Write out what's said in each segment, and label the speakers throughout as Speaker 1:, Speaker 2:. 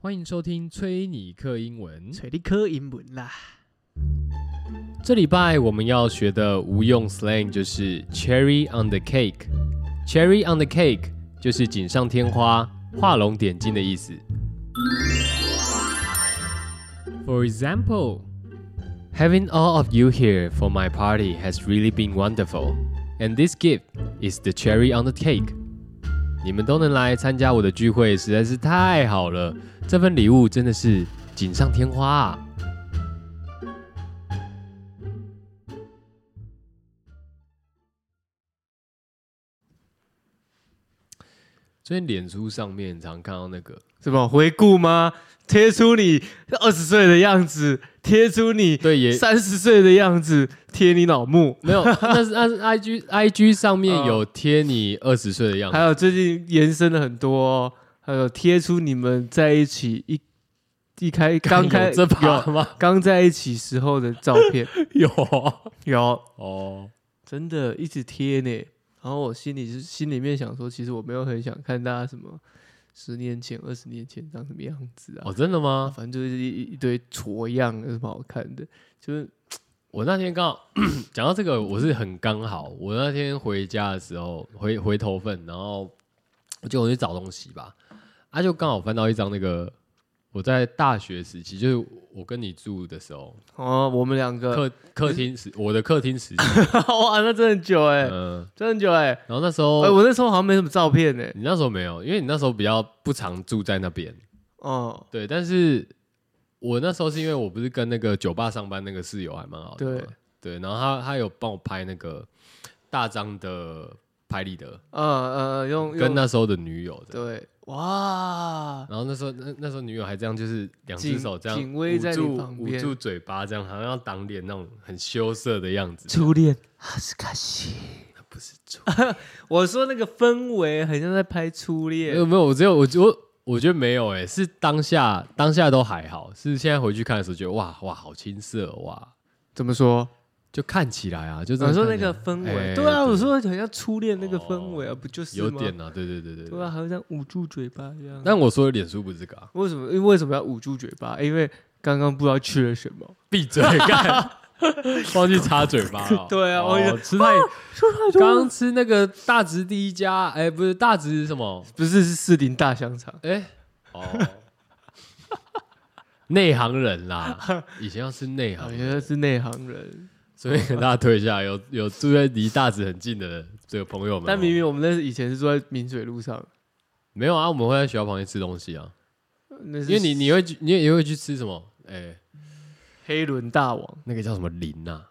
Speaker 1: 欢迎收听崔尼克英文。
Speaker 2: 找你考英文啦。
Speaker 1: 这礼拜我们要学的无用 slang 就是 cherry on the cake。cherry on the cake 就是锦上添花、画龙点睛的意思。For example, having all of you here for my party has really been wonderful, and this gift is the cherry on the cake. 你们都能来参加我的聚会，实在是太好了。这份礼物真的是锦上添花啊！最近脸书上面常看到那个，
Speaker 2: 什么回顾吗？贴出你二十岁的样子，贴出你
Speaker 1: 对，也
Speaker 2: 三十岁的样子，贴你老木。
Speaker 1: 没有，那是那 是 I G I G 上面
Speaker 2: 哦
Speaker 1: 有贴你二十岁的样
Speaker 2: 还
Speaker 1: 子，
Speaker 2: 有最近延伸了很多哦、还有贴出你们在一起一一开刚
Speaker 1: 看
Speaker 2: 开
Speaker 1: 有这把
Speaker 2: 有
Speaker 1: 吗？
Speaker 2: 刚在一起时候的照 片，
Speaker 1: 有
Speaker 2: 啊有
Speaker 1: 哦，
Speaker 2: 真的一直贴呢。然后我心里是心里面想说，其实我没有很想看大家什么十年前、二十年前长什么样子啊。
Speaker 1: 哦，真的吗？
Speaker 2: 反正就是一一一堆挫样，有什么好看的？就是
Speaker 1: 我那天刚好讲到这个，我是很刚好。我那天回家的时候，回回头份，然后我就我去找东西吧，啊，就刚好翻到一张那个我在大学时期，就是我跟你住的时候，
Speaker 2: 哦，我们两个
Speaker 1: 客客厅时我的客厅时期，
Speaker 2: 哇，那真的很久哎、
Speaker 1: 嗯、哦
Speaker 2: 真的很久哎、欸，
Speaker 1: 然后那时
Speaker 2: 哎、
Speaker 1: 候、
Speaker 2: 我那时候好像没什么照片哎、
Speaker 1: 你那时候没有，因为你那时候比较不常住在那边，
Speaker 2: 哦，
Speaker 1: 对，但是我那时候是因为我不是跟那个酒吧上班那个室友还蛮好的嘛，对，然后他他有帮我拍那个大张的拍立得，
Speaker 2: 嗯嗯，嗯用
Speaker 1: 跟
Speaker 2: 用
Speaker 1: 那时候的女友的，
Speaker 2: 对，哇，
Speaker 1: 然后那时候那那时候女友还这样，就是两只
Speaker 2: 紧
Speaker 1: 手这样
Speaker 2: 紧偎在
Speaker 1: 捂
Speaker 2: 你
Speaker 1: 住
Speaker 2: 旁
Speaker 1: 捂
Speaker 2: 边
Speaker 1: 住嘴巴，这样好像要挡脸那种很羞涩的样子，
Speaker 2: 初恋，哈斯卡西，
Speaker 1: 不是猪，
Speaker 2: 我说那个氛围很像在拍初
Speaker 1: 没
Speaker 2: 恋
Speaker 1: 有没有，我只有我我我觉得没有哎、是当下当下都还好，是现在回去看的时候觉得哇哇好青涩哦哇，
Speaker 2: 怎么说？
Speaker 1: 就看起来啊，就真的
Speaker 2: 我说那
Speaker 1: 看起来
Speaker 2: 个氛围，
Speaker 1: 哎
Speaker 2: 对啊，我说很像初恋那个氛围啊，
Speaker 1: 哦
Speaker 2: 不就是
Speaker 1: 有
Speaker 2: 吗？
Speaker 1: 点啊，对对对对
Speaker 2: 对啊，
Speaker 1: 对。
Speaker 2: 还有这样捂住嘴巴这样。
Speaker 1: 但我说的脸书不是这个、啊，
Speaker 2: 为什么？因为为什么要捂住嘴巴？因为刚刚不知道吃了什么。
Speaker 1: 闭嘴 干，忘记擦嘴巴了。
Speaker 2: 对啊我觉得
Speaker 1: 哦、吃太
Speaker 2: 说太多了
Speaker 1: 刚吃那个大直第一家，哎、不是大直什么？
Speaker 2: 不是是士林大香肠，
Speaker 1: 哎、 哦，内行人啦，以前要吃内
Speaker 2: 我
Speaker 1: 行
Speaker 2: 觉
Speaker 1: 人，
Speaker 2: 哦得是内行人。
Speaker 1: 所以跟大家推一下，有有住在离大直很近的这个朋友们哦。
Speaker 2: 但明明我们那是以前是住在明水路上，
Speaker 1: 没有啊，我们会在学校旁边吃东西啊，
Speaker 2: 那是
Speaker 1: 因为你你会去你也也会去吃什么？哎、
Speaker 2: 黑轮大王
Speaker 1: 那个叫什么林啊？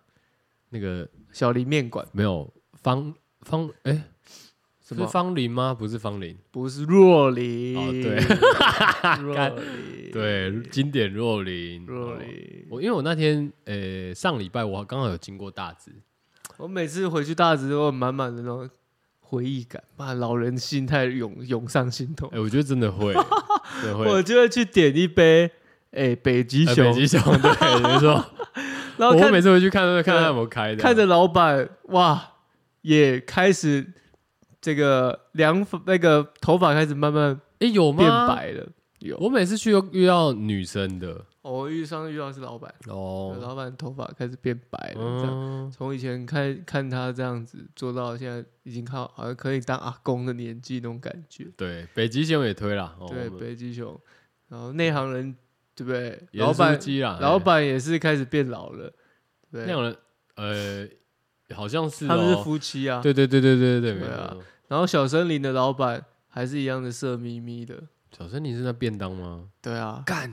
Speaker 1: 那个
Speaker 2: 小林面馆
Speaker 1: 没有方方哎、
Speaker 2: 什
Speaker 1: 是
Speaker 2: 么？
Speaker 1: 方林吗？不是方林，
Speaker 2: 不是若林
Speaker 1: 哦 对
Speaker 2: 若林
Speaker 1: 对，经典若林。
Speaker 2: 呃若
Speaker 1: 哦
Speaker 2: 林。
Speaker 1: 我因为我那天呃上礼拜我刚好有经过大直，
Speaker 2: 我每次回去大直都有满满的那种回忆感，把老人心态涌涌上心头
Speaker 1: 哎、。我觉得真的 会，真的会。
Speaker 2: 我就会去点一杯，哎，北极
Speaker 1: 呃
Speaker 2: 熊
Speaker 1: 北，极熊，对，没错。
Speaker 2: 然后
Speaker 1: 我
Speaker 2: 看
Speaker 1: 每次回去看都看他有没有开的，
Speaker 2: 看着老板哇，也开始这个凉粉那个头发开始慢慢
Speaker 1: 哎有
Speaker 2: 变
Speaker 1: 吗？
Speaker 2: 白了。有，
Speaker 1: 我每次去都遇到女生的
Speaker 2: 我遇上遇到是老板，
Speaker 1: 哦，
Speaker 2: 老板头发开始变白了，这样
Speaker 1: 嗯，
Speaker 2: 从以前看看他这样子做到现在，已经靠好像可以当阿公的年纪那种感觉。
Speaker 1: 对，北极熊也推了，哦
Speaker 2: 对，
Speaker 1: 我们
Speaker 2: 北极熊，然后内行人对不对？
Speaker 1: 盐
Speaker 2: 老
Speaker 1: 酥
Speaker 2: 板
Speaker 1: 鸡啦，
Speaker 2: 老板也是开始变老了，
Speaker 1: 哎
Speaker 2: 对
Speaker 1: 那，种人，呃，好像是
Speaker 2: 他们
Speaker 1: 哦
Speaker 2: 是夫妻啊。
Speaker 1: 对对对对对对，没
Speaker 2: 对啊
Speaker 1: 有。
Speaker 2: 然后小森林的老板还是一样的色眯眯的，
Speaker 1: 小森林是那便当吗？
Speaker 2: 对啊，
Speaker 1: 干，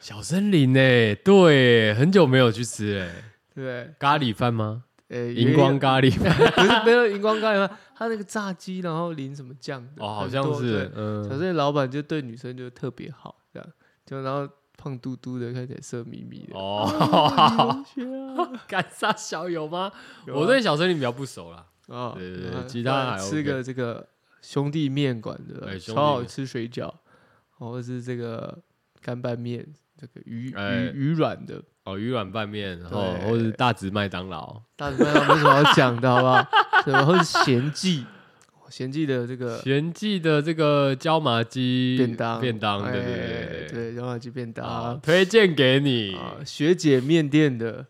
Speaker 1: 小森林呢、对，很久没有去吃哎、
Speaker 2: 对，
Speaker 1: 咖喱饭吗？
Speaker 2: 呃，
Speaker 1: 荧光咖喱饭
Speaker 2: 不是没有荧光咖喱饭，他那个炸鸡，然后淋什么酱的
Speaker 1: 哦，好
Speaker 2: 很
Speaker 1: 像
Speaker 2: 多
Speaker 1: 是
Speaker 2: 对，小
Speaker 1: 嗯，
Speaker 2: 森林老板就对女生就特别好，这样就然后胖嘟嘟的，看起来色眯眯的。
Speaker 1: 哦，
Speaker 2: 同学啊，
Speaker 1: 敢杀小友吗？
Speaker 2: 有啊
Speaker 1: 我对小森林比较不熟啦。
Speaker 2: 哦，
Speaker 1: 对对对
Speaker 2: 然后
Speaker 1: 其他还
Speaker 2: 吃
Speaker 1: OK
Speaker 2: 个这个兄弟面馆
Speaker 1: 哎
Speaker 2: 的，
Speaker 1: 兄
Speaker 2: 超
Speaker 1: 弟
Speaker 2: 好
Speaker 1: 面
Speaker 2: 吃水饺，哦或者是这个干拌面，这个鱼
Speaker 1: 哎
Speaker 2: 鱼鱼软的，
Speaker 1: 哦，鱼软拌面，然后
Speaker 2: 对
Speaker 1: 或是大直麦当劳，
Speaker 2: 大嘴巴没什么好讲的，好不好？什么会是咸记？贤记的这个
Speaker 1: 玄记的这个椒麻鸡
Speaker 2: 呃便当，
Speaker 1: 便当，对
Speaker 2: 哎
Speaker 1: 对对对
Speaker 2: 对，啊然后就便
Speaker 1: 对，
Speaker 2: 当
Speaker 1: 啊
Speaker 2: 啊，，
Speaker 1: 推荐给你
Speaker 2: 学姐面店的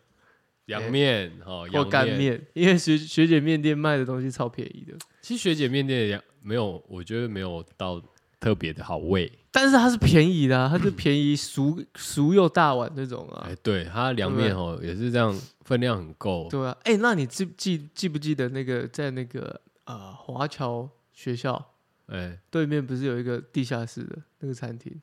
Speaker 1: 洋
Speaker 2: 哎
Speaker 1: 面哦，
Speaker 2: 或
Speaker 1: 洋
Speaker 2: 干。面，因为学学姐面店卖的东西超便宜的，
Speaker 1: 其实学姐面店的洋没有，我觉得没有到特别的好味。
Speaker 2: 但是它是便 宜的、啊，它是便宜熟熟又大碗那种啊
Speaker 1: 哎，，对，它凉
Speaker 2: 对不对
Speaker 1: 面哦也是这样，分量很够。
Speaker 2: 对啊，哎、那你记记记不记得那个在那个呃华侨学校
Speaker 1: 哎
Speaker 2: 对面不是有一个地下室的那个餐厅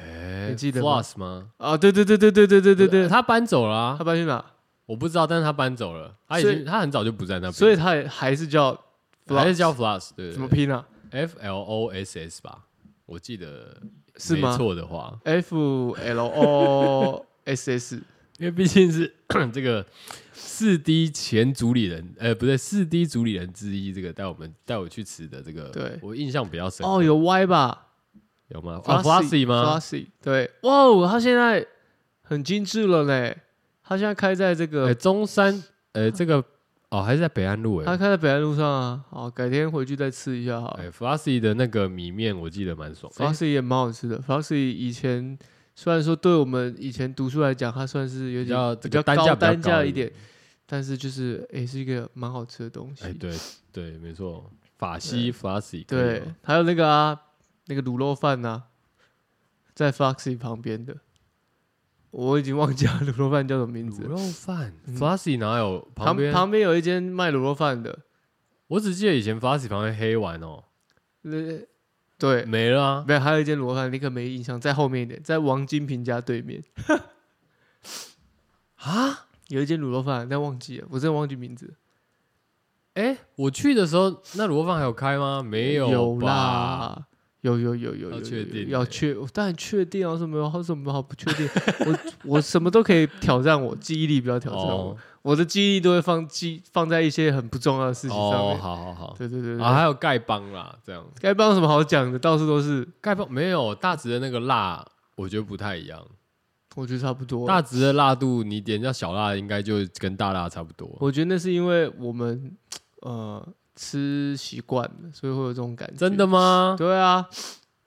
Speaker 1: 哎，
Speaker 2: 你记得
Speaker 1: f
Speaker 2: 吗
Speaker 1: l s 吗？
Speaker 2: 啊？对对对对对对对对对，
Speaker 1: 他搬走了啊，
Speaker 2: 他搬去哪？
Speaker 1: 我不知道，但是他搬走了，他已
Speaker 2: 所以
Speaker 1: 经他很早就不在那边了，
Speaker 2: 所以他也还是叫
Speaker 1: 还是
Speaker 2: Floss
Speaker 1: 叫 f l o s 对，对
Speaker 2: 怎么
Speaker 1: 对
Speaker 2: 拼啊
Speaker 1: F L O S S 吧，我记得
Speaker 2: 是吗
Speaker 1: 没错的话，
Speaker 2: ？F L O S S
Speaker 1: 因为毕竟是 这个四 D 前主理人，呃，不对，四 D 主理人之一，这个带我们带我去吃的这个，
Speaker 2: 对
Speaker 1: 我印象比较深刻。
Speaker 2: 哦，有 Y 吧
Speaker 1: 有吗 f l o s s y 啊吗？
Speaker 2: ？Flossy 对，哇哦，他现在很精致了嘞，他现在开在这
Speaker 1: 呃，
Speaker 2: 个。
Speaker 1: 中山，
Speaker 2: 嗯
Speaker 1: 呃，这个哦，还是在北岸路
Speaker 2: 他
Speaker 1: 哎。
Speaker 2: 开在北安路上啊，好，改天回去再吃一下好了。
Speaker 1: 哎 f l o s s y 的那个米面我记得蛮爽。哎
Speaker 2: Foxy 也蛮好吃的。Foxy 以前虽然说对我们以前读书来讲，它算是有
Speaker 1: 比较
Speaker 2: 点
Speaker 1: 这
Speaker 2: 比
Speaker 1: 个
Speaker 2: 较
Speaker 1: 单价
Speaker 2: 高
Speaker 1: 比较
Speaker 2: 单价
Speaker 1: 高
Speaker 2: 一
Speaker 1: 一点
Speaker 2: 点，但是就是诶、是一个蛮好吃的东西。
Speaker 1: 哎，对对，没错，法西 f l o s s y
Speaker 2: 对还有那个啊，那个卤肉饭呐、在 Foxy 旁边的，我已经忘记了卤肉饭叫什么名字
Speaker 1: 卤
Speaker 2: 了。
Speaker 1: 肉饭
Speaker 2: 嗯
Speaker 1: f l o s s y 哪有旁
Speaker 2: 旁
Speaker 1: 边？
Speaker 2: 旁边有一间卖卤肉饭的，
Speaker 1: 我只记得以前 f l o s s y 旁边黑丸哦，
Speaker 2: 呃，对，
Speaker 1: 没了啊。
Speaker 2: 没有，还有一间卤肉饭，你可没印象，在后面一点，在王金平家对 面。
Speaker 1: 啊，
Speaker 2: 有一间卤肉饭，但忘记了，我真的忘记名字。
Speaker 1: 哎，我去的时候，那卤肉饭还有开吗？没有吧？
Speaker 2: 啦，有有有有有
Speaker 1: 要
Speaker 2: 有
Speaker 1: 确定
Speaker 2: 有要
Speaker 1: 欸
Speaker 2: 确，我当然确定啊，什么好什么好不确定， 我我什么都可以挑战我，记忆力不要挑战我，
Speaker 1: 哦
Speaker 2: 我的记忆力都会放记放在一些很不重要的事情上
Speaker 1: 哦，
Speaker 2: 面。
Speaker 1: 好好好，
Speaker 2: 对对对对，
Speaker 1: 啊，还有丐帮啦，这样
Speaker 2: 该帮有什么好讲的，到处都是，
Speaker 1: 丐帮没有大直的那个辣，我觉得不太一样。
Speaker 2: 我觉得差不多。
Speaker 1: 大直的辣度，你点叫小辣，应该就跟大辣差不多。
Speaker 2: 我觉得那是因为我们呃吃习惯了，所以会有这种感觉。
Speaker 1: 真的？吗？
Speaker 2: 对啊，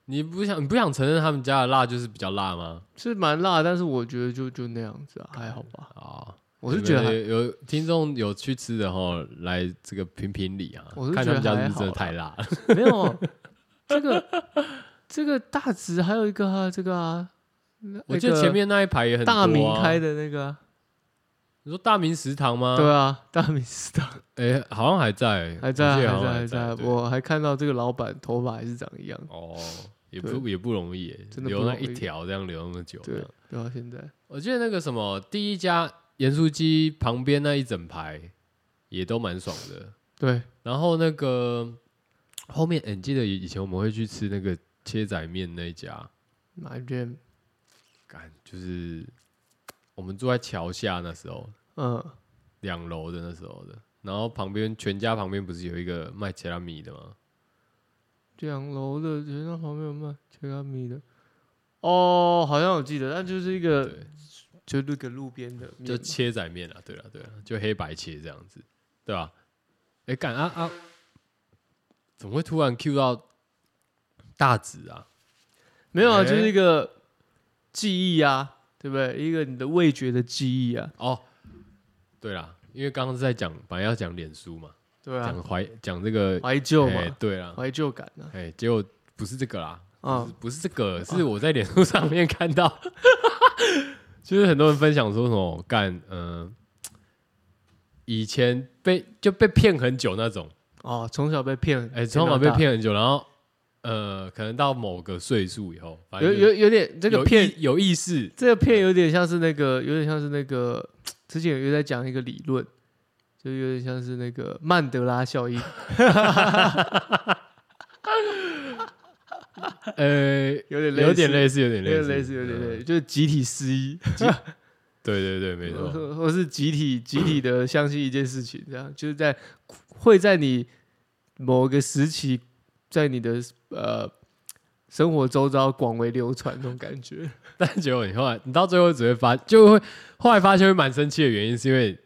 Speaker 1: 你不想你不想承认他们家的辣就是比较辣吗？
Speaker 2: 是蛮辣，但是我觉得就就那样子、啊，还好 吧。
Speaker 1: 啊，
Speaker 2: 我是觉得还
Speaker 1: 有有听众有去吃的哈，来这个评评理啊
Speaker 2: 我是，
Speaker 1: 看他们家
Speaker 2: 觉
Speaker 1: 是
Speaker 2: 得还
Speaker 1: 不是真的
Speaker 2: 好啦
Speaker 1: 太辣了。
Speaker 2: 没有，这个这个大直还有一个啊，这个啊，那
Speaker 1: 我记得前面那一排也
Speaker 2: 那
Speaker 1: 很
Speaker 2: 个
Speaker 1: 多啊嗯
Speaker 2: 大明开，的那个啊、
Speaker 1: 你说大明食堂吗？
Speaker 2: 对啊，大明食堂
Speaker 1: 哎、好像还在，
Speaker 2: 还在啊，
Speaker 1: 我记
Speaker 2: 还
Speaker 1: 得
Speaker 2: 在
Speaker 1: 好
Speaker 2: 啊，
Speaker 1: 像
Speaker 2: 还
Speaker 1: 还
Speaker 2: 在啊，
Speaker 1: 对
Speaker 2: 我还看到这个老板头发还是长一样，
Speaker 1: 哦，也
Speaker 2: 对
Speaker 1: 不也不容易耶，
Speaker 2: 真的
Speaker 1: 留
Speaker 2: 不
Speaker 1: 那
Speaker 2: 容易
Speaker 1: 一条这样留那么久。
Speaker 2: 对，对啊，现在
Speaker 1: 我记得那个什么第一家盐酥鸡旁边那一整排也都蛮爽的，
Speaker 2: 对
Speaker 1: 然后那个后面，哎你记得以以前我们会去吃那个切仔面那一家，
Speaker 2: 哪一间？
Speaker 1: 干就是我们住在桥下那时候
Speaker 2: 嗯，
Speaker 1: 两楼的那时候的，然后旁边全家旁边不是有一个卖切拉米的吗？
Speaker 2: 两楼的学校旁边有卖切拉米的。哦，好像我记得，但就是一个
Speaker 1: 对，
Speaker 2: 就那个路边的面
Speaker 1: 就
Speaker 2: 嘛
Speaker 1: 切仔面啊，对了对了，就黑白切这样子，对吧、哎、干啊啊，怎么会突然 Q 到大直啊？
Speaker 2: 没有啊，
Speaker 1: 哎
Speaker 2: 就是一个记忆啊，对不对？一个你的味觉的记忆啊，
Speaker 1: 哦，对啦，因为刚刚是在讲，本来要讲脸书嘛，
Speaker 2: 对啊，
Speaker 1: 讲怀讲这个，
Speaker 2: 怀旧
Speaker 1: 哎
Speaker 2: 嘛，
Speaker 1: 对啦，
Speaker 2: 怀旧感啊，
Speaker 1: 哎、结果不是这个啦，
Speaker 2: 啊、
Speaker 1: 不是这个，是我在脸书上面看到， 就是很多人分享说什么干，嗯、以前被就被骗很久那种，
Speaker 2: 哦，从小被骗，
Speaker 1: 哎、从小被
Speaker 2: 到大，
Speaker 1: 骗很久，然后呃，可能到某个岁数以后，反
Speaker 2: 有
Speaker 1: 正就
Speaker 2: 有有点这个
Speaker 1: 有
Speaker 2: 骗，
Speaker 1: 意有意 识，
Speaker 2: 这个骗有点像是那个，有点像是那个，之前有在讲一个理论，就有点像是那个曼德拉效应，
Speaker 1: 呃，
Speaker 2: 有点类
Speaker 1: 有
Speaker 2: 似
Speaker 1: 点类似，有
Speaker 2: 有
Speaker 1: 点类
Speaker 2: 点
Speaker 1: 似，
Speaker 2: 类似，有点类
Speaker 1: 似，
Speaker 2: 似，就是集体失忆，
Speaker 1: 对对对，没错，
Speaker 2: 或或是集体集体的相信一件事情，这样就是在会在你某个时期，在你的呃生活周遭广为流传那种感觉。
Speaker 1: 但结果你后来，你到最后只会发，就会后来发现会蛮生气的原因，是因为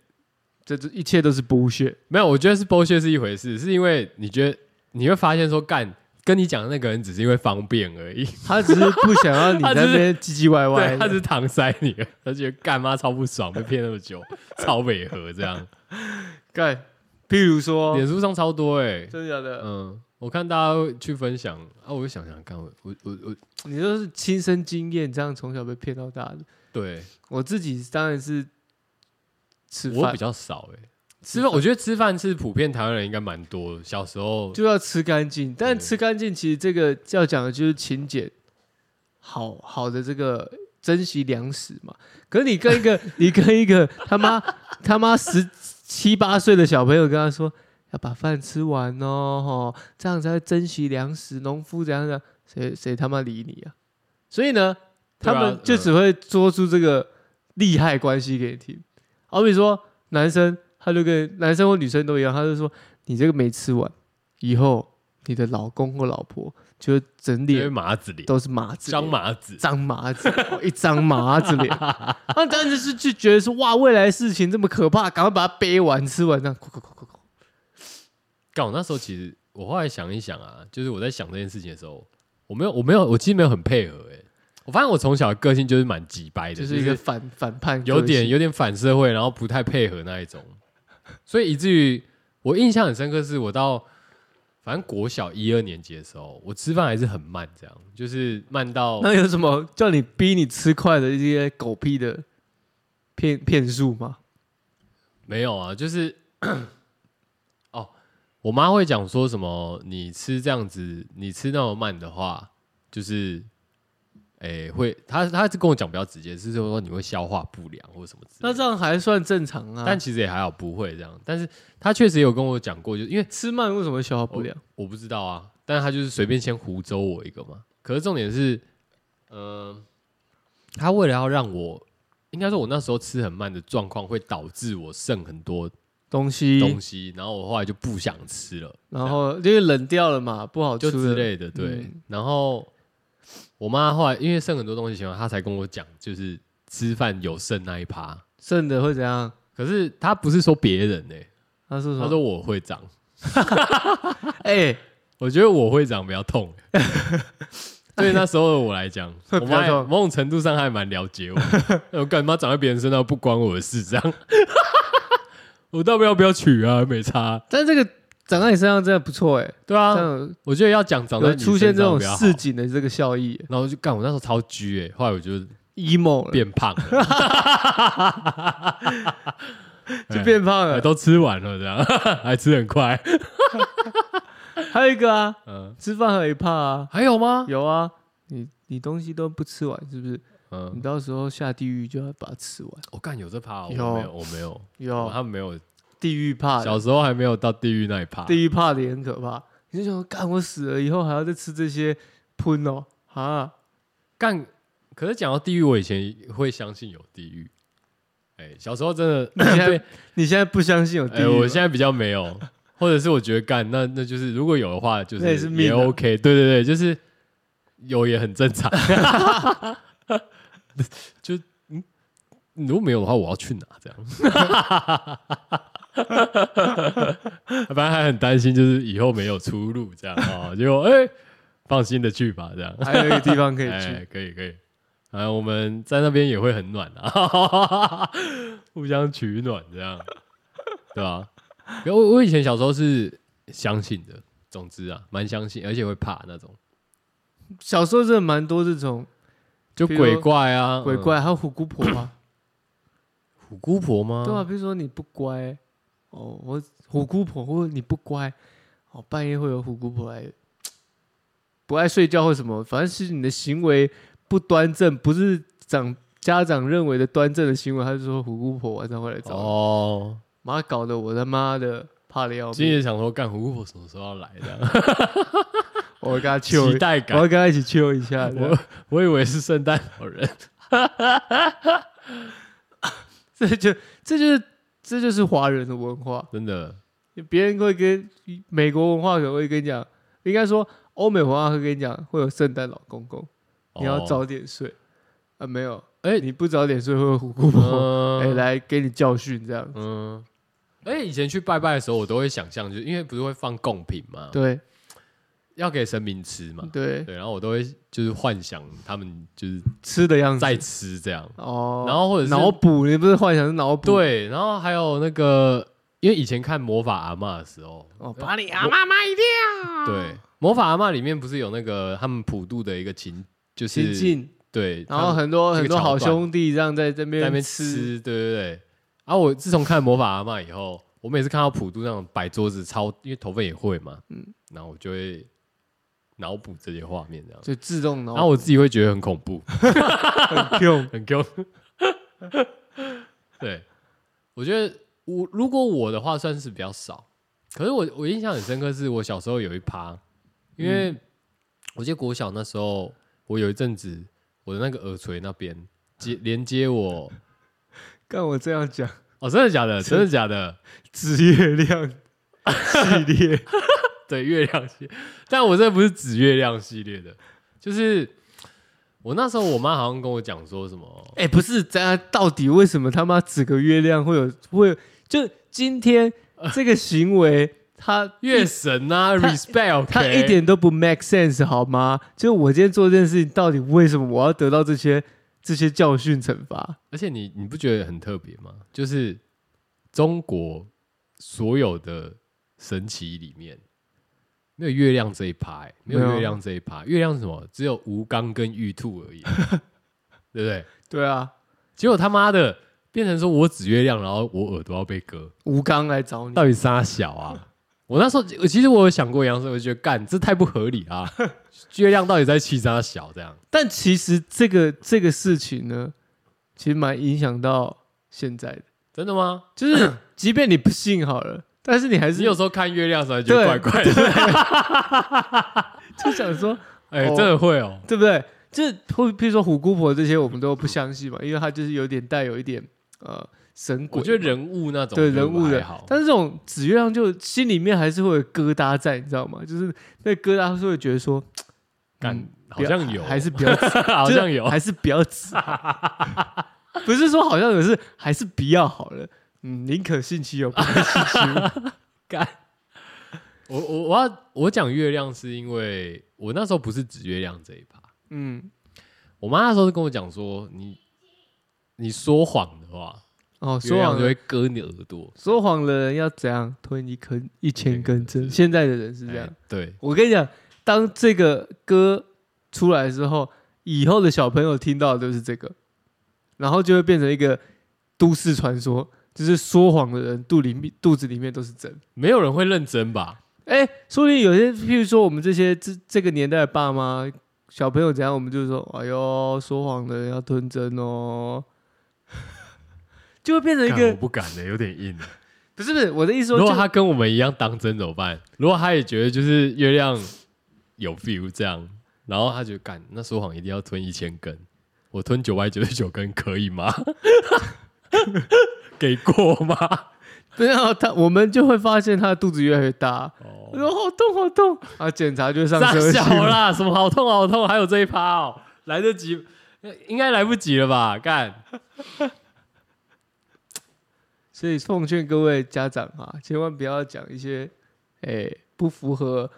Speaker 2: 这这一切都是 bullshit。
Speaker 1: 没有，我觉得是剥削是一回事，是因为你觉得你会发现说，干跟你讲的那个人只是因为方便而已，
Speaker 2: 他只是不想要 你
Speaker 1: 他
Speaker 2: 在
Speaker 1: 只是
Speaker 2: 那边唧唧歪歪
Speaker 1: 对
Speaker 2: 的，
Speaker 1: 他只是搪塞你了，他觉得干妈超不爽，被骗那么久， 超违和这样。
Speaker 2: 干。譬如说，
Speaker 1: 脸书上超多哎、
Speaker 2: 真的假的？
Speaker 1: 嗯，我看大家会去分享啊，我就想想看，我我我我，
Speaker 2: 你都是亲身经验，这样从小被骗到大的。
Speaker 1: 对
Speaker 2: 我自己当然是吃
Speaker 1: 我
Speaker 2: 饭
Speaker 1: 比较少哎、吃饭我觉得吃饭是普遍台湾人应该蛮多的，小时候
Speaker 2: 就要吃干净，但
Speaker 1: 对
Speaker 2: 吃干净其实这个要讲的就是勤俭，好好的这个珍惜粮食嘛。可是你跟 一个你跟一个他妈他妈十七八岁的小朋友跟他说要把饭吃完哦，吼这样才会珍惜粮食，农夫怎样的，谁谁他妈理你啊？所以呢，
Speaker 1: 对
Speaker 2: 他
Speaker 1: 啊
Speaker 2: 们就
Speaker 1: 嗯
Speaker 2: 只会做出这个利害关系给你听。好比说男生，他就跟男生或女生都一样，他就说你这个没吃完，以后你的老公或老婆就会整
Speaker 1: 因为
Speaker 2: 脸
Speaker 1: 麻子脸，
Speaker 2: 都是麻子脸，
Speaker 1: 张麻子，
Speaker 2: 张麻子，哦一张麻子 脸。那当时是就觉得说，哇，未来的事情这么可怕，赶快把它背完吃完，这样，快快快快快。
Speaker 1: 干，我那时候其实我后来想一想啊，就是我在想这件事情的时候，我没有，我没有，我其实没有很配合哎、我发现我从小的个性就是蛮急掰的，
Speaker 2: 就是一个反反叛个性，
Speaker 1: 有点有点反社会，然后不太配合那一种，所以以至于我印象很深刻，是我到反正国小一二年级的时候，我吃饭还是很慢，这样就是慢到
Speaker 2: 那有什么叫你逼你吃快的一些狗屁的骗骗术吗？
Speaker 1: 没有啊，就是 哦，我妈会讲说什么，你吃这样子，你吃那么慢的话，就是诶、会，她她是跟我讲比较直接，是说你会消化不良或什么之类
Speaker 2: 那
Speaker 1: 的
Speaker 2: 这样还算正常啊。
Speaker 1: 但其实也还好，不会这样。但是她确实有跟我讲过，就因为
Speaker 2: 吃慢为什么会消化不良？
Speaker 1: 我不知道啊，但是他就是随便先胡诌我一个嘛。可是重点是，嗯、他为了要让我，应该说我那时候吃很慢的状况，会导致我剩很多
Speaker 2: 东西，
Speaker 1: 东西，然后我后来就不想吃了，
Speaker 2: 然后因为冷掉了嘛，不好
Speaker 1: 就
Speaker 2: 吃
Speaker 1: 之
Speaker 2: 了。
Speaker 1: 类的。对，
Speaker 2: 嗯
Speaker 1: 然后我妈后来因为剩很多东西情况，她才跟我讲，就是吃饭有剩那一趴。
Speaker 2: 剩的会怎样？
Speaker 1: 可是她不是说别人呢、
Speaker 2: 他说什
Speaker 1: 她
Speaker 2: 么？
Speaker 1: 说我会长，
Speaker 2: 哎，
Speaker 1: 我觉得我会长比较痛。欸 对那时候的我来讲，
Speaker 2: 会
Speaker 1: 我
Speaker 2: 比较
Speaker 1: 妈也
Speaker 2: 痛
Speaker 1: 某种程度上还蛮了解我。我 干妈长在别人身上不关我的事，这样。 我到底要不要娶啊？没差。
Speaker 2: 但这个长在你身上真的不错哎，
Speaker 1: 对啊
Speaker 2: 这，样
Speaker 1: 我觉得要讲长
Speaker 2: 有
Speaker 1: 在
Speaker 2: 有
Speaker 1: 你
Speaker 2: 出现
Speaker 1: 身
Speaker 2: 这
Speaker 1: 上
Speaker 2: 种
Speaker 1: 比较好啊
Speaker 2: 市井的这个效益
Speaker 1: 然后就干，我那时候超居哎、后来我就
Speaker 2: ，emo 了，
Speaker 1: 变胖了，
Speaker 2: 就变胖
Speaker 1: 哎
Speaker 2: 了。
Speaker 1: 都吃完了这样， 还吃很快。
Speaker 2: 还有一个啊，
Speaker 1: 嗯，
Speaker 2: 吃饭很怕啊，
Speaker 1: 还有吗？
Speaker 2: 有啊，你你东西都不吃完是不是？
Speaker 1: 嗯
Speaker 2: 你，到时候下地狱就要把它吃完。
Speaker 1: 我干有这趴哦，
Speaker 2: 有
Speaker 1: 我没有，我没有，我
Speaker 2: 有
Speaker 1: 他们没有，
Speaker 2: 地狱怕的，
Speaker 1: 小时候还没有到地狱那一趴。
Speaker 2: 地狱怕的也很可怕。你就想说，干我死了以后还要再吃这些喷哦，啊，
Speaker 1: 干，可是讲到地狱，我以前会相信有地狱。哎、小时候真的，
Speaker 2: 你现
Speaker 1: 对
Speaker 2: 在你现在不相信有地
Speaker 1: 哎、
Speaker 2: 狱吗？
Speaker 1: 我现在比较没有，或者是我觉得干，那那就是如果有的话，就
Speaker 2: 那也
Speaker 1: 是
Speaker 2: 是命
Speaker 1: 也
Speaker 2: 啊
Speaker 1: OK。对对对，就是有也很正常。 就嗯，如果没有的话，我要去哪？这样， 反正还很担心，就是以后没有出路这样啊、哦。结果哎、放心的去吧，这样。
Speaker 2: 还有一个地方可以 去，
Speaker 1: 哎，可以可以，啊，我们在那边也会很暖啊， 互相取暖这样，对吧、啊？我我以前小时候是相信的，总之啊，蛮相信，而且会怕那种，
Speaker 2: 小时候真的蛮多这种
Speaker 1: 就
Speaker 2: 比如
Speaker 1: 鬼怪啊，
Speaker 2: 鬼怪，还有虎姑婆啊，
Speaker 1: 嗯、虎姑婆吗？
Speaker 2: 对啊，比如说你不乖，哦，我虎姑婆，或者你不乖，哦，半夜会有虎姑婆来，不爱睡觉或什么，反正是你的行为不端正，不是长家长认为的端正的行为，他就说虎姑婆晚上会来找你，
Speaker 1: 哦，
Speaker 2: 妈、搞得我他妈的怕的要
Speaker 1: 今
Speaker 2: 命，
Speaker 1: 天想说，干虎姑婆什么时候要来的？
Speaker 2: 我要跟他 chill，
Speaker 1: 期待
Speaker 2: 我要
Speaker 1: 感，
Speaker 2: 跟他一起 chill 一下，这样
Speaker 1: 我我以为是圣诞老人，
Speaker 2: 这就这就是这就是华人的文化。
Speaker 1: 真的，
Speaker 2: 别人会跟美国文化可能会跟你讲，应该说欧美文化会跟你讲会有圣诞老公公， 你要
Speaker 1: 哦
Speaker 2: 早点睡、啊，没有，
Speaker 1: 哎
Speaker 2: 你不早点睡会有虎姑婆哎、
Speaker 1: 嗯
Speaker 2: 来给你教训这样，
Speaker 1: 哦哎嗯，而且以前去拜拜的时候，我都会想象，就是因为不是会放贡品嘛，
Speaker 2: 对，
Speaker 1: 要给神明吃嘛，
Speaker 2: 嗯对，
Speaker 1: 对，然后我都会就是幻想他们就是
Speaker 2: 吃的样子
Speaker 1: 在吃这样，
Speaker 2: 哦，
Speaker 1: 然后或者是
Speaker 2: 脑补，你不是幻想是脑补？，
Speaker 1: 对，然后还有那个，因为以前看魔法阿嬷的时候，
Speaker 2: 哦，把你阿妈卖掉，
Speaker 1: 对，魔法阿嬷里面不是有那个他们普渡的一个情，就
Speaker 2: 情
Speaker 1: 是
Speaker 2: 境，
Speaker 1: 对，
Speaker 2: 然
Speaker 1: 他
Speaker 2: 后
Speaker 1: 们
Speaker 2: 很多
Speaker 1: 这个
Speaker 2: 很多好
Speaker 1: 桥段
Speaker 2: 兄弟这样在
Speaker 1: 在
Speaker 2: 这边
Speaker 1: 那边
Speaker 2: 吃，
Speaker 1: 吃，对对对。啊，我自从看魔法阿嬷以后，我每次看到普渡那种摆桌子超，因为头发也会嘛，嗯，然后我就会脑补这些画面这样，
Speaker 2: 就自动脑
Speaker 1: 然后我自己会觉得很恐怖，
Speaker 2: 补 Q
Speaker 1: 很 Q。对，我觉得我如果我的话算是比较少，可是我我印象很深刻，是我小时候有一趴，因为我记得国小那时候，我有一阵子我的那个耳垂那边接连接我，
Speaker 2: 干我这样讲，
Speaker 1: 哦，真的假的？真的假的？
Speaker 2: 指月 亮系列，
Speaker 1: 对，月亮系，但我这不是指月亮系列的，就是我那时候我妈好像跟我讲说什么，
Speaker 2: 哎、不是，咱到底为什么他妈指个月亮会有会有？就今天这个行为，他
Speaker 1: 月神啊，respect，
Speaker 2: 他一点都不 make sense 好吗？就我今天做这件事情，到底为什么我要得到这些这些教训惩罚？
Speaker 1: 而且你你不觉得很特别吗？就是中国所有的神奇里面，没有月亮这一趴、欸，没
Speaker 2: 没
Speaker 1: 有
Speaker 2: 有
Speaker 1: 月亮这一趴。月亮是什么？只有吴刚跟玉兔而已，对不对？
Speaker 2: 对啊，
Speaker 1: 结果他妈的变成说我指月亮，然后我耳朵要被割，
Speaker 2: 吴刚来找你
Speaker 1: 到，底啥小啊？我那时候其实我有想过一样事，我就觉得干这太不合理啦、月亮到底在气啥小这样？
Speaker 2: 但其实这个这个事情呢，其实蛮影响到现在的。
Speaker 1: 真的吗？
Speaker 2: 就是 即便你不信好了，但是你还是
Speaker 1: 你有时候看月亮的时候觉得
Speaker 2: 对
Speaker 1: 怪怪的，
Speaker 2: 就想说，
Speaker 1: 哎，真的会哦。
Speaker 2: 对不对？这或譬如说虎姑婆这些，我们都不相信嘛，因为她就是有点带有一点呃神鬼嘛，
Speaker 1: 我觉得人物那种
Speaker 2: 对
Speaker 1: 就
Speaker 2: 人物
Speaker 1: 还
Speaker 2: 的
Speaker 1: 好，，
Speaker 2: 但是这种紫月亮就心里面还是会有疙瘩在，你知道吗？就是那疙瘩是会觉得说，
Speaker 1: 感
Speaker 2: 嗯
Speaker 1: 好像有，
Speaker 2: 还是不要指，
Speaker 1: 好像有
Speaker 2: 就是，还是不要指， 不是说好像有，是还是不要好了。嗯，宁可信其有，不可信其无。
Speaker 1: 干。我我我要我讲月亮是因为我那时候不是指月亮这一趴，
Speaker 2: 嗯，
Speaker 1: 我妈那时候就跟我讲说，你你说谎的话，
Speaker 2: 哦，
Speaker 1: 月
Speaker 2: 说
Speaker 1: 亮
Speaker 2: 谎
Speaker 1: 就
Speaker 2: 了
Speaker 1: 会，割你的耳朵，
Speaker 2: 说谎的人要怎样吞一根一千根针？
Speaker 1: 是
Speaker 2: 现在的人是
Speaker 1: 是
Speaker 2: 这样。
Speaker 1: 哎对，
Speaker 2: 我跟你讲，当这个歌出来之后，以后的小朋友听到的就是这个，然后就会变成一个都市传说，就是说谎的人肚里面肚子里面都是针。
Speaker 1: 没有人会认真吧？
Speaker 2: 哎，说不定有些，譬如说我们这些这这个年代的爸妈，小朋友怎样，我们就说，哎呦，说谎的人要吞针哦， 就会变成一
Speaker 1: 干我
Speaker 2: 个
Speaker 1: 不敢的，有点硬。
Speaker 2: 不是不是我的意思说，
Speaker 1: 如果
Speaker 2: 就
Speaker 1: 他跟我们一样当真怎么办？如果他也觉得就是月亮有 feel 这样，然后他就干，那说谎一定要吞一千根，我吞九百九十九根可以吗？ 给过吗？
Speaker 2: 不要啊他，我们就会发现他的肚子越来越大。我
Speaker 1: 哦，
Speaker 2: 说好痛好痛啊！检查就上
Speaker 1: 傻
Speaker 2: 车去
Speaker 1: 小啦，什么好痛好痛，还有这一趴哦，来得及，应该来不及了吧？干，
Speaker 2: 所以奉劝各位家长啊，千万不要讲一些诶、不符合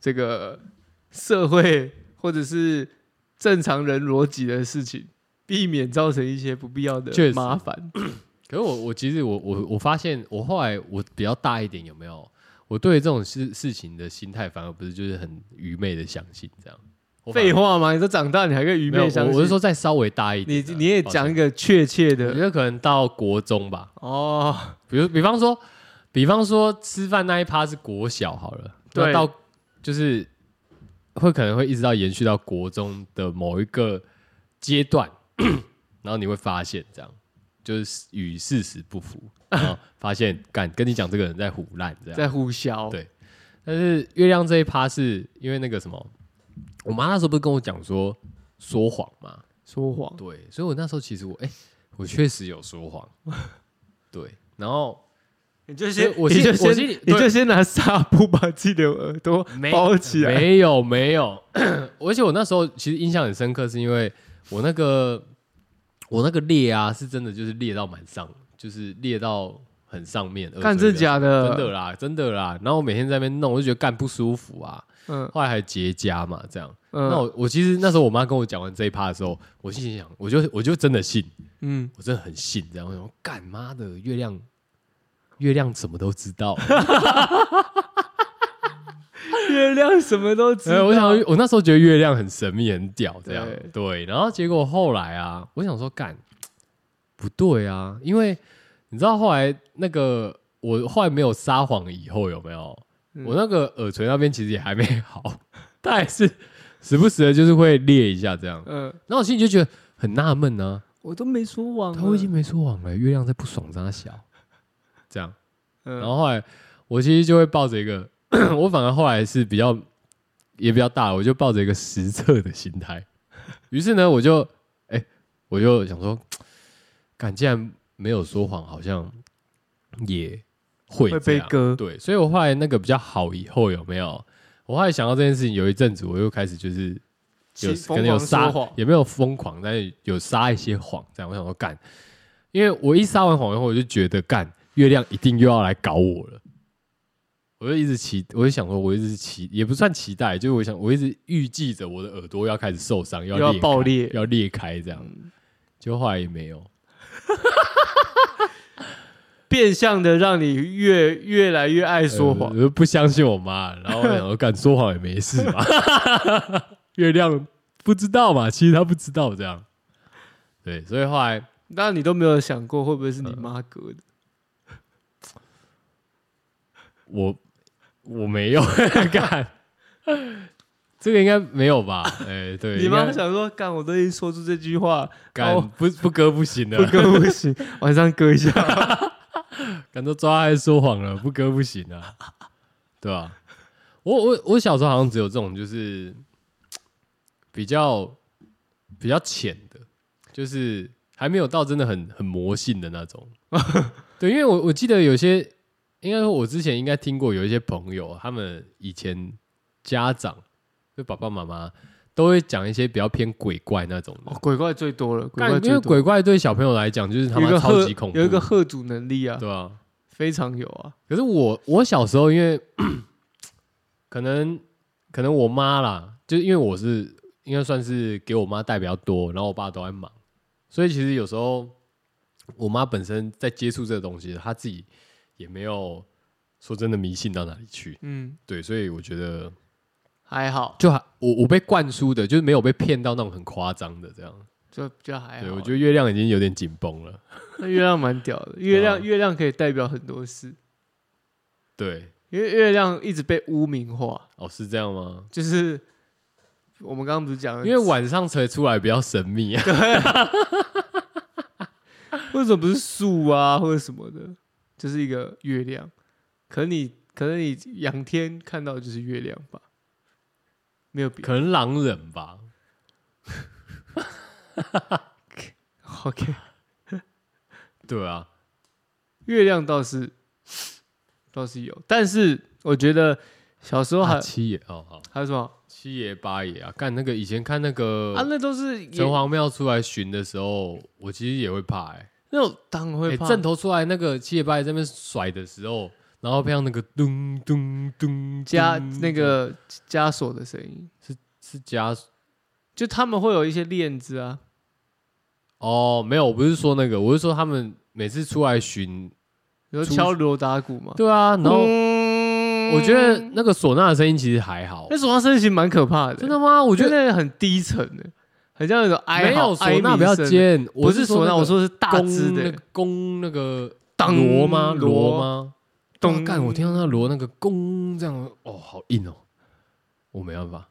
Speaker 2: 这个社会或者是正常人逻辑的事情，避免造成一些不必要
Speaker 1: 确实
Speaker 2: 的麻烦。
Speaker 1: 可是我我其实我我我发现我后来我比较大一点有没有？我对这种事事情的心态反而不是就是很愚昧的相信这样。我反而
Speaker 2: 废话嘛，你都长大你还跟愚
Speaker 1: 没有
Speaker 2: 昧相信？
Speaker 1: 我我是说再稍微大一
Speaker 2: 你
Speaker 1: 点的，
Speaker 2: 你也
Speaker 1: 抱
Speaker 2: 讲
Speaker 1: 歉，
Speaker 2: 一个确切
Speaker 1: 我觉
Speaker 2: 的
Speaker 1: 得可能到国中吧，
Speaker 2: 哦，
Speaker 1: 比如比方说，比方说吃饭那一趴是国小好了，
Speaker 2: 对
Speaker 1: 那到就是会可能会一直到延续到国中的某一个阶段， 然后你会发现这样就是与事实不符，然后发现敢跟你讲这个人在胡乱这样，
Speaker 2: 在呼啸
Speaker 1: 啊对但是月亮这一趴是因为那个什么，我妈那时候不是跟我讲说说谎嘛，
Speaker 2: 说谎，
Speaker 1: 对，所以我那时候其实我哎、我确实有说 谎，对，然后
Speaker 2: 你就
Speaker 1: 先
Speaker 2: 我
Speaker 1: 你
Speaker 2: 先
Speaker 1: 就先
Speaker 2: 我先
Speaker 1: 你
Speaker 2: 你
Speaker 1: 就
Speaker 2: 就先拿纱布把自己的耳朵包起来，
Speaker 1: 没有没有， 而且我那时候其实印象很深刻，是因为我那个我那个裂啊，是真的就是裂到蛮上，就是裂到很上面，
Speaker 2: 干
Speaker 1: 真
Speaker 2: 真假的？
Speaker 1: 真的啦，真的啦。然后我每天在那边弄，我就觉得干不舒服啊。
Speaker 2: 嗯
Speaker 1: 后来还结痂嘛，这样。
Speaker 2: 嗯，
Speaker 1: 那我我其实那时候我妈跟我讲完这一趴的时候，我心里想，我就我就真的信，
Speaker 2: 嗯，
Speaker 1: 我真的很信这样。我想，干妈的月亮，月亮什么都知道。
Speaker 2: 月亮什么都 知
Speaker 1: 呃，
Speaker 2: 道。
Speaker 1: 我想我那时候觉得月亮很神秘、很屌，这样
Speaker 2: 对
Speaker 1: 对。然后结果后来啊，我想说干不对啊，因为你知道后来那个我后来没有撒谎以后有没有？
Speaker 2: 嗯
Speaker 1: 我那个耳垂那边其实也还没好， 它还是时不时的就是会裂一下这样。
Speaker 2: 嗯，
Speaker 1: 然后我心里就觉得很纳闷啊，
Speaker 2: 我都没说谎啊。
Speaker 1: 他我已经没说谎了，月亮在不爽张小这样。
Speaker 2: 嗯，
Speaker 1: 然后后来我其实就会抱着一个， 我反而后来是比较也比较大，我就抱着一个实测的心态。于是呢，我就哎、我就想说，敢既然没有说谎，好像也会
Speaker 2: 会
Speaker 1: 这
Speaker 2: 被
Speaker 1: 样
Speaker 2: 割
Speaker 1: 对，所以我后来那个比较好以后有没有？我后来想到这件事情，有一阵子我又开始就是有
Speaker 2: 疯
Speaker 1: 可
Speaker 2: 狂
Speaker 1: 能有撒
Speaker 2: 说谎，
Speaker 1: 也没有疯狂，但是有撒一些谎，这样我想说干，因为我一撒完谎以后，我就觉得干月亮一定又要来搞我了，我就一直期，我就想说，我一直期也不算期待，就是我想我一直预计着我的耳朵要开始受伤，
Speaker 2: 又要
Speaker 1: 裂
Speaker 2: 爆
Speaker 1: 开
Speaker 2: 裂嗯
Speaker 1: 要裂开这样，结果后来也没有，
Speaker 2: 变相的让你越越来越爱 说
Speaker 1: 呃
Speaker 2: 谎
Speaker 1: 我。就不相信我妈，然后我想说敢说谎也没事嘛， 月亮不知道嘛，其实她不知道这样，对，所以后来。
Speaker 2: 那你都没有想过会不会是你妈割的？
Speaker 1: 我我没有 干，这个应该没有吧？哎、对，
Speaker 2: 你
Speaker 1: 应该
Speaker 2: 妈想说，干，我都已经说出这句话，
Speaker 1: 干、
Speaker 2: 哦
Speaker 1: 不不割不行
Speaker 2: 不
Speaker 1: 的，
Speaker 2: 割不 行，晚上割一下。
Speaker 1: 敢都抓来说谎了，不割不行 啊，对吧、我我我小时候好像只有这种，就是比较比较浅的，就是还没有到真的很很魔性的那 种。对，因为我我记得有些，应该说我之前应该听过有一些朋友，他们以前家长就爸爸妈妈都会讲一些比较偏鬼怪那种的
Speaker 2: 哦， 鬼怪最多了，鬼
Speaker 1: 干
Speaker 2: 怪
Speaker 1: 因
Speaker 2: 最
Speaker 1: 为
Speaker 2: 多。
Speaker 1: 鬼怪对小朋友来讲就是他
Speaker 2: 有一
Speaker 1: 妈
Speaker 2: 个
Speaker 1: 超
Speaker 2: 贺
Speaker 1: 级恐怖，
Speaker 2: 有一个贺主能力啊，
Speaker 1: 对啊。
Speaker 2: 非常有啊。
Speaker 1: 可是我我小时候因为 可能可能我妈啦，就是因为我是应该算是给我妈带比较多，然后我爸都在忙，所以其实有时候我妈本身在接触这个东西，她自己也没有说真的迷信到哪里去。
Speaker 2: 嗯，
Speaker 1: 对，所以我觉得
Speaker 2: 还好，
Speaker 1: 就还我我被灌输的，就是没有被骗到那种很夸张的这样。
Speaker 2: 就比较还好。
Speaker 1: 对，我觉得月亮已经有点紧绷了。
Speaker 2: 那月亮蛮屌的，月亮
Speaker 1: 对啊
Speaker 2: 月亮可以代表很多事，
Speaker 1: 对，
Speaker 2: 因为月亮一直被污名化，
Speaker 1: 哦，是这样吗？
Speaker 2: 就是我们刚刚不是讲了，
Speaker 1: 因为晚上才出来比较神秘 啊。
Speaker 2: 为什么不是树啊或者什么的，就是一个月亮。可能你可能你仰天看到的就是月亮吧，没有别的。
Speaker 1: 可能狼人吧，
Speaker 2: OK，
Speaker 1: 对啊，
Speaker 2: 月亮倒是倒是有，但是我觉得小时候还、
Speaker 1: 啊七爷哦，好，
Speaker 2: 还有什么
Speaker 1: 七爷八爷啊，干那个以前看那个
Speaker 2: 啊？那都是也
Speaker 1: 城隍庙出来巡的时候，我其实也会怕哎、
Speaker 2: 那种当然
Speaker 1: 欸，
Speaker 2: 会怕。
Speaker 1: 正头出来那个七爷八爷在那边甩的时候，然后配上那个咚咚咚
Speaker 2: 加
Speaker 1: 咚
Speaker 2: 那个枷锁的声音，
Speaker 1: 是加
Speaker 2: 就他们会有一些链子啊，
Speaker 1: 哦，没有，我不是说那个，我是说他们每次出来巡，
Speaker 2: 有
Speaker 1: 出
Speaker 2: 敲锣打鼓嘛。
Speaker 1: 对啊，然后
Speaker 2: 嗯
Speaker 1: 我觉得那个唢呐的声音其实还好
Speaker 2: 那，手上声音其实蛮可怕的、
Speaker 1: 真的吗？我
Speaker 2: 我
Speaker 1: 觉
Speaker 2: 觉
Speaker 1: 得
Speaker 2: 得很低沉的、很像那种哀
Speaker 1: 没有
Speaker 2: 嚎哀
Speaker 1: 唢呐
Speaker 2: 鸣
Speaker 1: 比较
Speaker 2: 声
Speaker 1: 尖，
Speaker 2: 不
Speaker 1: 我
Speaker 2: 是
Speaker 1: 说
Speaker 2: 唢
Speaker 1: 那
Speaker 2: 呐，
Speaker 1: 个
Speaker 2: 我说的是大
Speaker 1: 弓
Speaker 2: 只
Speaker 1: 那
Speaker 2: 的
Speaker 1: 个，弓那个
Speaker 2: 当
Speaker 1: 锣吗？锣
Speaker 2: 锣？
Speaker 1: 吗？
Speaker 2: 咚
Speaker 1: 咚！干，我听到那锣那个弓这样，哦，好硬哦，我没办法。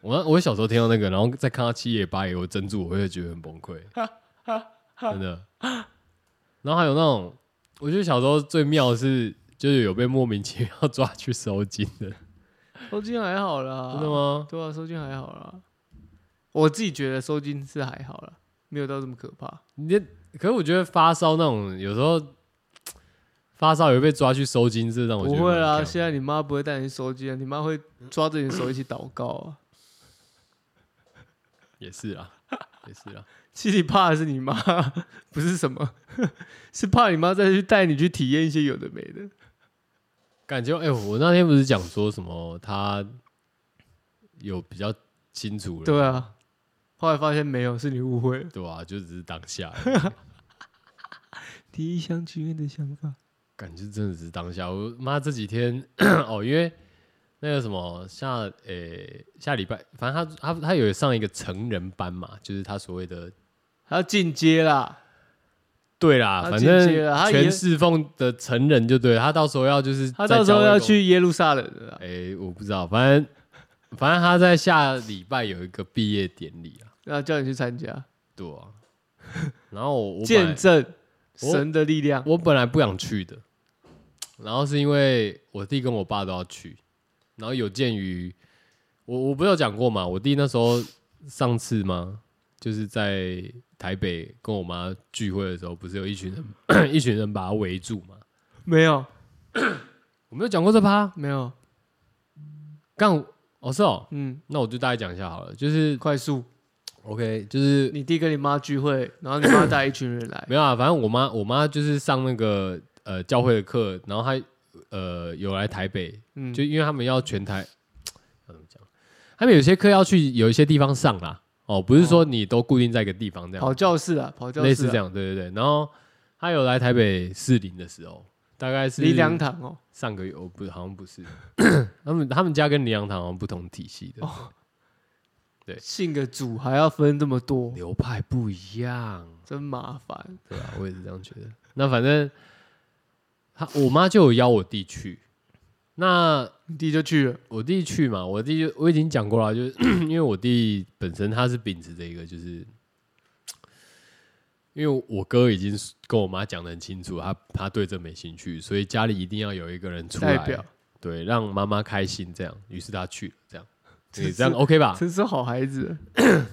Speaker 1: 我 那我小时候听到那个，然后再看到七爷八爷有珍珠，我会觉得很崩 溃，真的。然后还有那种，我觉得小时候最妙的是，就是有被莫名其妙抓去收金的，
Speaker 2: 收金还好啦，
Speaker 1: 真的？吗？
Speaker 2: 对啊，收金还好啦。我自己觉得收金是还好啦，没有到这么可怕。
Speaker 1: 你可是我觉得发烧那种，有时候发烧也会被抓去收金，这让我觉
Speaker 2: 不
Speaker 1: 得
Speaker 2: 会啊啦，
Speaker 1: 蛮
Speaker 2: 现在你妈不会带你去收金啊，你妈会抓着你的手一起祷告啊。
Speaker 1: 也是啊， 也是啦。
Speaker 2: 其实你怕的是你妈， 不是什么， 是怕你妈再去带你去体验一些有的没的。
Speaker 1: 感觉哎、我那天不是讲说什么他有比较清楚了，
Speaker 2: 对啊，后来发现没有，是你误会了。
Speaker 1: 对啊，就只是当下而已，
Speaker 2: 第一厢情愿的想法，
Speaker 1: 感觉真的只是当下。我妈这几天 哦，因为那个什么下诶、下礼拜，反正她她她有上一个成人班嘛，就是她所谓的
Speaker 2: 还要进阶啦。
Speaker 1: 对啦，
Speaker 2: 她
Speaker 1: 反
Speaker 2: 进
Speaker 1: 正
Speaker 2: 阶了她也
Speaker 1: 全释放的成人就对了，她到时候要就是
Speaker 2: 他
Speaker 1: 在
Speaker 2: 到时候
Speaker 1: 教会
Speaker 2: 要
Speaker 1: 公
Speaker 2: 去耶路撒冷的啦，
Speaker 1: 哎、我不知道，反正反正他在下礼拜有一个毕业典礼啊，
Speaker 2: 然后叫你去参加，
Speaker 1: 对啊。然后我我哦本
Speaker 2: 见
Speaker 1: 来
Speaker 2: 证
Speaker 1: 我
Speaker 2: 神的力量。
Speaker 1: 我本来不想去的，然后是因为我弟跟我爸都要去，然后有鉴于我我不是有讲过嘛，我弟那时候上次吗，就是在台北跟我妈聚会的时候，不是有一群人 一群人把他围住嘛？
Speaker 2: 没有，
Speaker 1: 我没有讲过这趴，
Speaker 2: 没有，
Speaker 1: 干哦是哦，
Speaker 2: 嗯，
Speaker 1: 那我就大概讲一下好了，就是
Speaker 2: 快速，
Speaker 1: OK，就是
Speaker 2: 你弟跟你妈聚会，然后你妈带一群人 来，
Speaker 1: 没有啊，反正我妈我妈就是上那个呃教会的课，然后她呃有来台北，
Speaker 2: 嗯，
Speaker 1: 就因为他们要全台，要怎么讲？他们有些课要去有一些地方上啦，哦，不是说你都固定在一个地方这样，
Speaker 2: 跑教室啊，跑教室，
Speaker 1: 类似这，样，对对对。然后她有来台北士林的时候，大概是
Speaker 2: 离两堂哦，
Speaker 1: 上个月，哦不好像不是， 他们他们家跟林良堂好像不同体系的、
Speaker 2: 哦
Speaker 1: 对
Speaker 2: 信个主还要分这么多，
Speaker 1: 流派不一样。
Speaker 2: 真麻烦。
Speaker 1: 对啊，我也是这样觉得。那反正他我妈就有邀我弟去，那
Speaker 2: 你弟就去了，
Speaker 1: 我弟去嘛，我弟就我已经讲过了，就是 因为我弟本身他是秉持着一个就是。因为我哥已经跟我妈讲的很清楚，他他对这没兴趣，所以家里一定要有一个人出来，
Speaker 2: 代表
Speaker 1: 对，让妈妈开心这样。于是他去了，这样，
Speaker 2: 这
Speaker 1: 你
Speaker 2: 是
Speaker 1: 这样 OK 吧？
Speaker 2: 真是好孩子。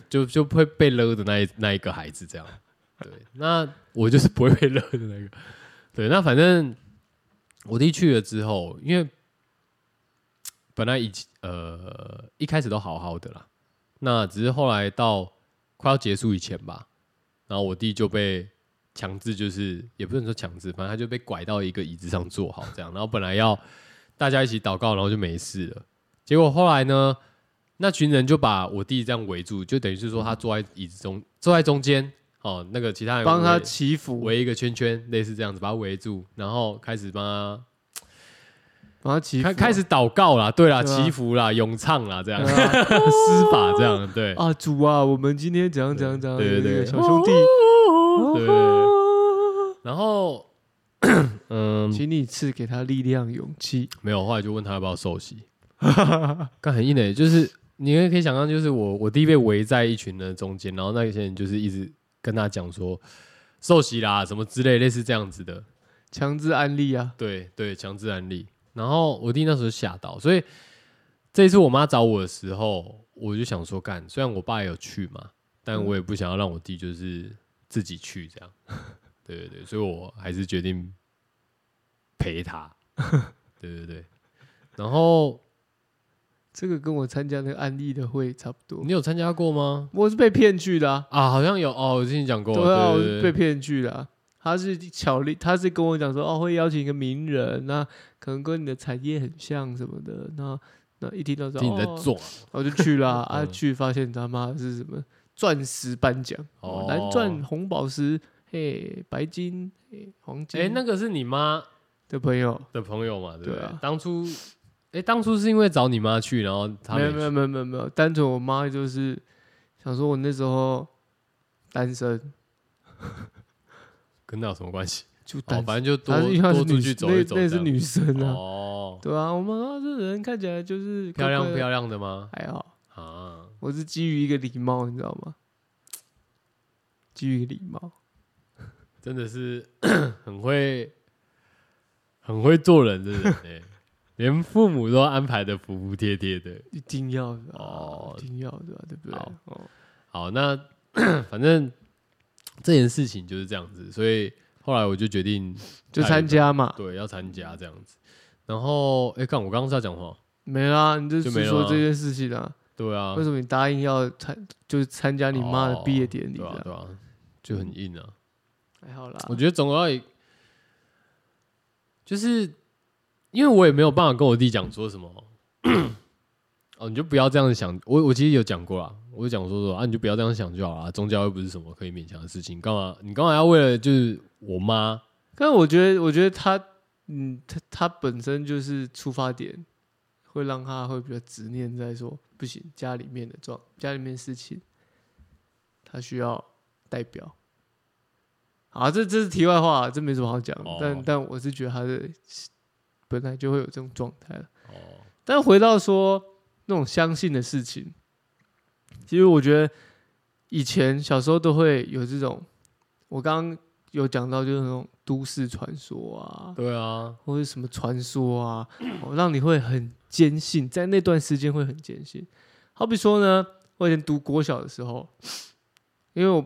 Speaker 1: 就就会被勒的那一那一个孩子这样。对，那我就是不会被勒的那个。对，那反正我弟去了之后，因为本来以前呃一开始都好好的啦，那只是后来到快要结束以前吧，然后我弟就被强制，就是也不能说强制，反正他就被拐到一个椅子上坐好这样，然后本来要大家一起祷告，然后就没事了，结果后来呢，那群人就把我弟这样围住，就等于是说他坐在椅子中，坐在中间，哦，那个其他人
Speaker 2: 帮他
Speaker 1: 围
Speaker 2: 祈福，
Speaker 1: 围一个圈圈，类似这样子把他围住，然后开始帮他
Speaker 2: 帮他祈福啊，
Speaker 1: 开开始祷告啦，对啦，
Speaker 2: 对啊
Speaker 1: 祈福啦，咏唱啦，这样
Speaker 2: 对啊
Speaker 1: 施法这样，对
Speaker 2: 啊，主啊，我们今天怎样怎样怎样，
Speaker 1: 对对对
Speaker 2: 那个小兄弟，哦
Speaker 1: 对对对然后嗯，
Speaker 2: 请你赐给他力量、勇气。
Speaker 1: 没有，后来就问他要不要受 洗，干很硬的、欸就是你也可以想象，就是我我弟被围在一群人中间，然后那些人就是一直跟他讲说受洗啦什么之类，类似这样子的，
Speaker 2: 强制安利啊，
Speaker 1: 对对，强制安利。然后我弟那时候吓到，所以这一次我妈找我的时候，我就想说干，虽然我爸有去嘛，但我也不想要让我弟就是自己去这样。 对对对，所以我还是决定陪他。对对对，然后
Speaker 2: 这个跟我参加那个安利的会差不多
Speaker 1: 你。有参加过吗？
Speaker 2: 我是被骗去的啊，
Speaker 1: 啊，好像有哦，我之前讲过，
Speaker 2: 对啊，我
Speaker 1: 对对
Speaker 2: 是被
Speaker 1: 对
Speaker 2: 骗去的啊。他是巧力，他是跟我讲说，哦，会邀请一个名人，那可能跟你的产业很像什么的。那那一听到说，
Speaker 1: 听你在
Speaker 2: 哦，
Speaker 1: 做啊，
Speaker 2: 我就去 啦。啊，
Speaker 1: 嗯
Speaker 2: 去发现他妈是什么钻石颁奖，
Speaker 1: 哦
Speaker 2: 哦，蓝钻、红宝石，嘿，白金，嘿，黄金。
Speaker 1: 哎，那个是你妈
Speaker 2: 的朋友，
Speaker 1: 的朋友嘛，对不
Speaker 2: 对
Speaker 1: 对
Speaker 2: 啊？
Speaker 1: 当初，哎，当初是因为找你妈去，然后他
Speaker 2: 没有
Speaker 1: 去
Speaker 2: 没有没有没有没有，单纯我妈就是想说，我那时候单身，
Speaker 1: 跟那有什么关 系？
Speaker 2: 就
Speaker 1: 哦，
Speaker 2: 单身，
Speaker 1: 反正就多
Speaker 2: 她是因为她是
Speaker 1: 多
Speaker 2: 女
Speaker 1: 出去走一走这
Speaker 2: 那那
Speaker 1: 样。
Speaker 2: 是女生啊，
Speaker 1: 哦，
Speaker 2: 对啊，我妈说啊这人看起来就是
Speaker 1: 漂亮漂
Speaker 2: 亮，
Speaker 1: 亮的吗？
Speaker 2: 还好，
Speaker 1: 啊，
Speaker 2: 我是基于一个礼貌，你知道吗？基于礼貌，
Speaker 1: 真的是 很会很会做人的人 哎，连父母都安排的服服帖帖的。
Speaker 2: 一定要的、啊、
Speaker 1: 哦
Speaker 2: 一定要的、啊，对不对
Speaker 1: 好？
Speaker 2: 哦，
Speaker 1: 好，那 反正这件事情就是这样子，所以后来我就决定
Speaker 2: 就参加嘛，
Speaker 1: 对要参加这样子。然后，哎，看我刚刚是要讲什么？
Speaker 2: 没啦，你就
Speaker 1: 就没
Speaker 2: 是
Speaker 1: 了
Speaker 2: 说
Speaker 1: 吗
Speaker 2: 这件事情啊，
Speaker 1: 对啊
Speaker 2: 为，什么你答应要参就是参加你妈的毕业典礼
Speaker 1: 对啊
Speaker 2: 这样？
Speaker 1: 对啊，就很硬啊。
Speaker 2: 还好啦，
Speaker 1: 我觉得总要有，就是因为我也没有办法跟我弟讲说什么， 哦，你就不要这样想。我我其实有讲过啦，我就讲说说啊，你就不要这样想就好啦，宗教又不是什么可以勉强的事情，干嘛你干嘛要为了就是我妈？
Speaker 2: 但我觉得，我觉得他，嗯，他他本身就是出发点，会让他会比较执念在说，不行，家里面的状，家里面的事情，他需要代表。啊，这这是题外话，这没什么好讲。
Speaker 1: 哦
Speaker 2: 但但我是觉得他的本来就会有这种状态了。
Speaker 1: 哦，
Speaker 2: 但回到说那种相信的事情，其实我觉得以前小时候都会有这种，我刚刚有讲到就是那种都市传说啊，
Speaker 1: 对啊，
Speaker 2: 或者什么传说啊，哦，让你会很坚信，在那段时间会很坚信。好比说呢，我以前读国小的时候，因为我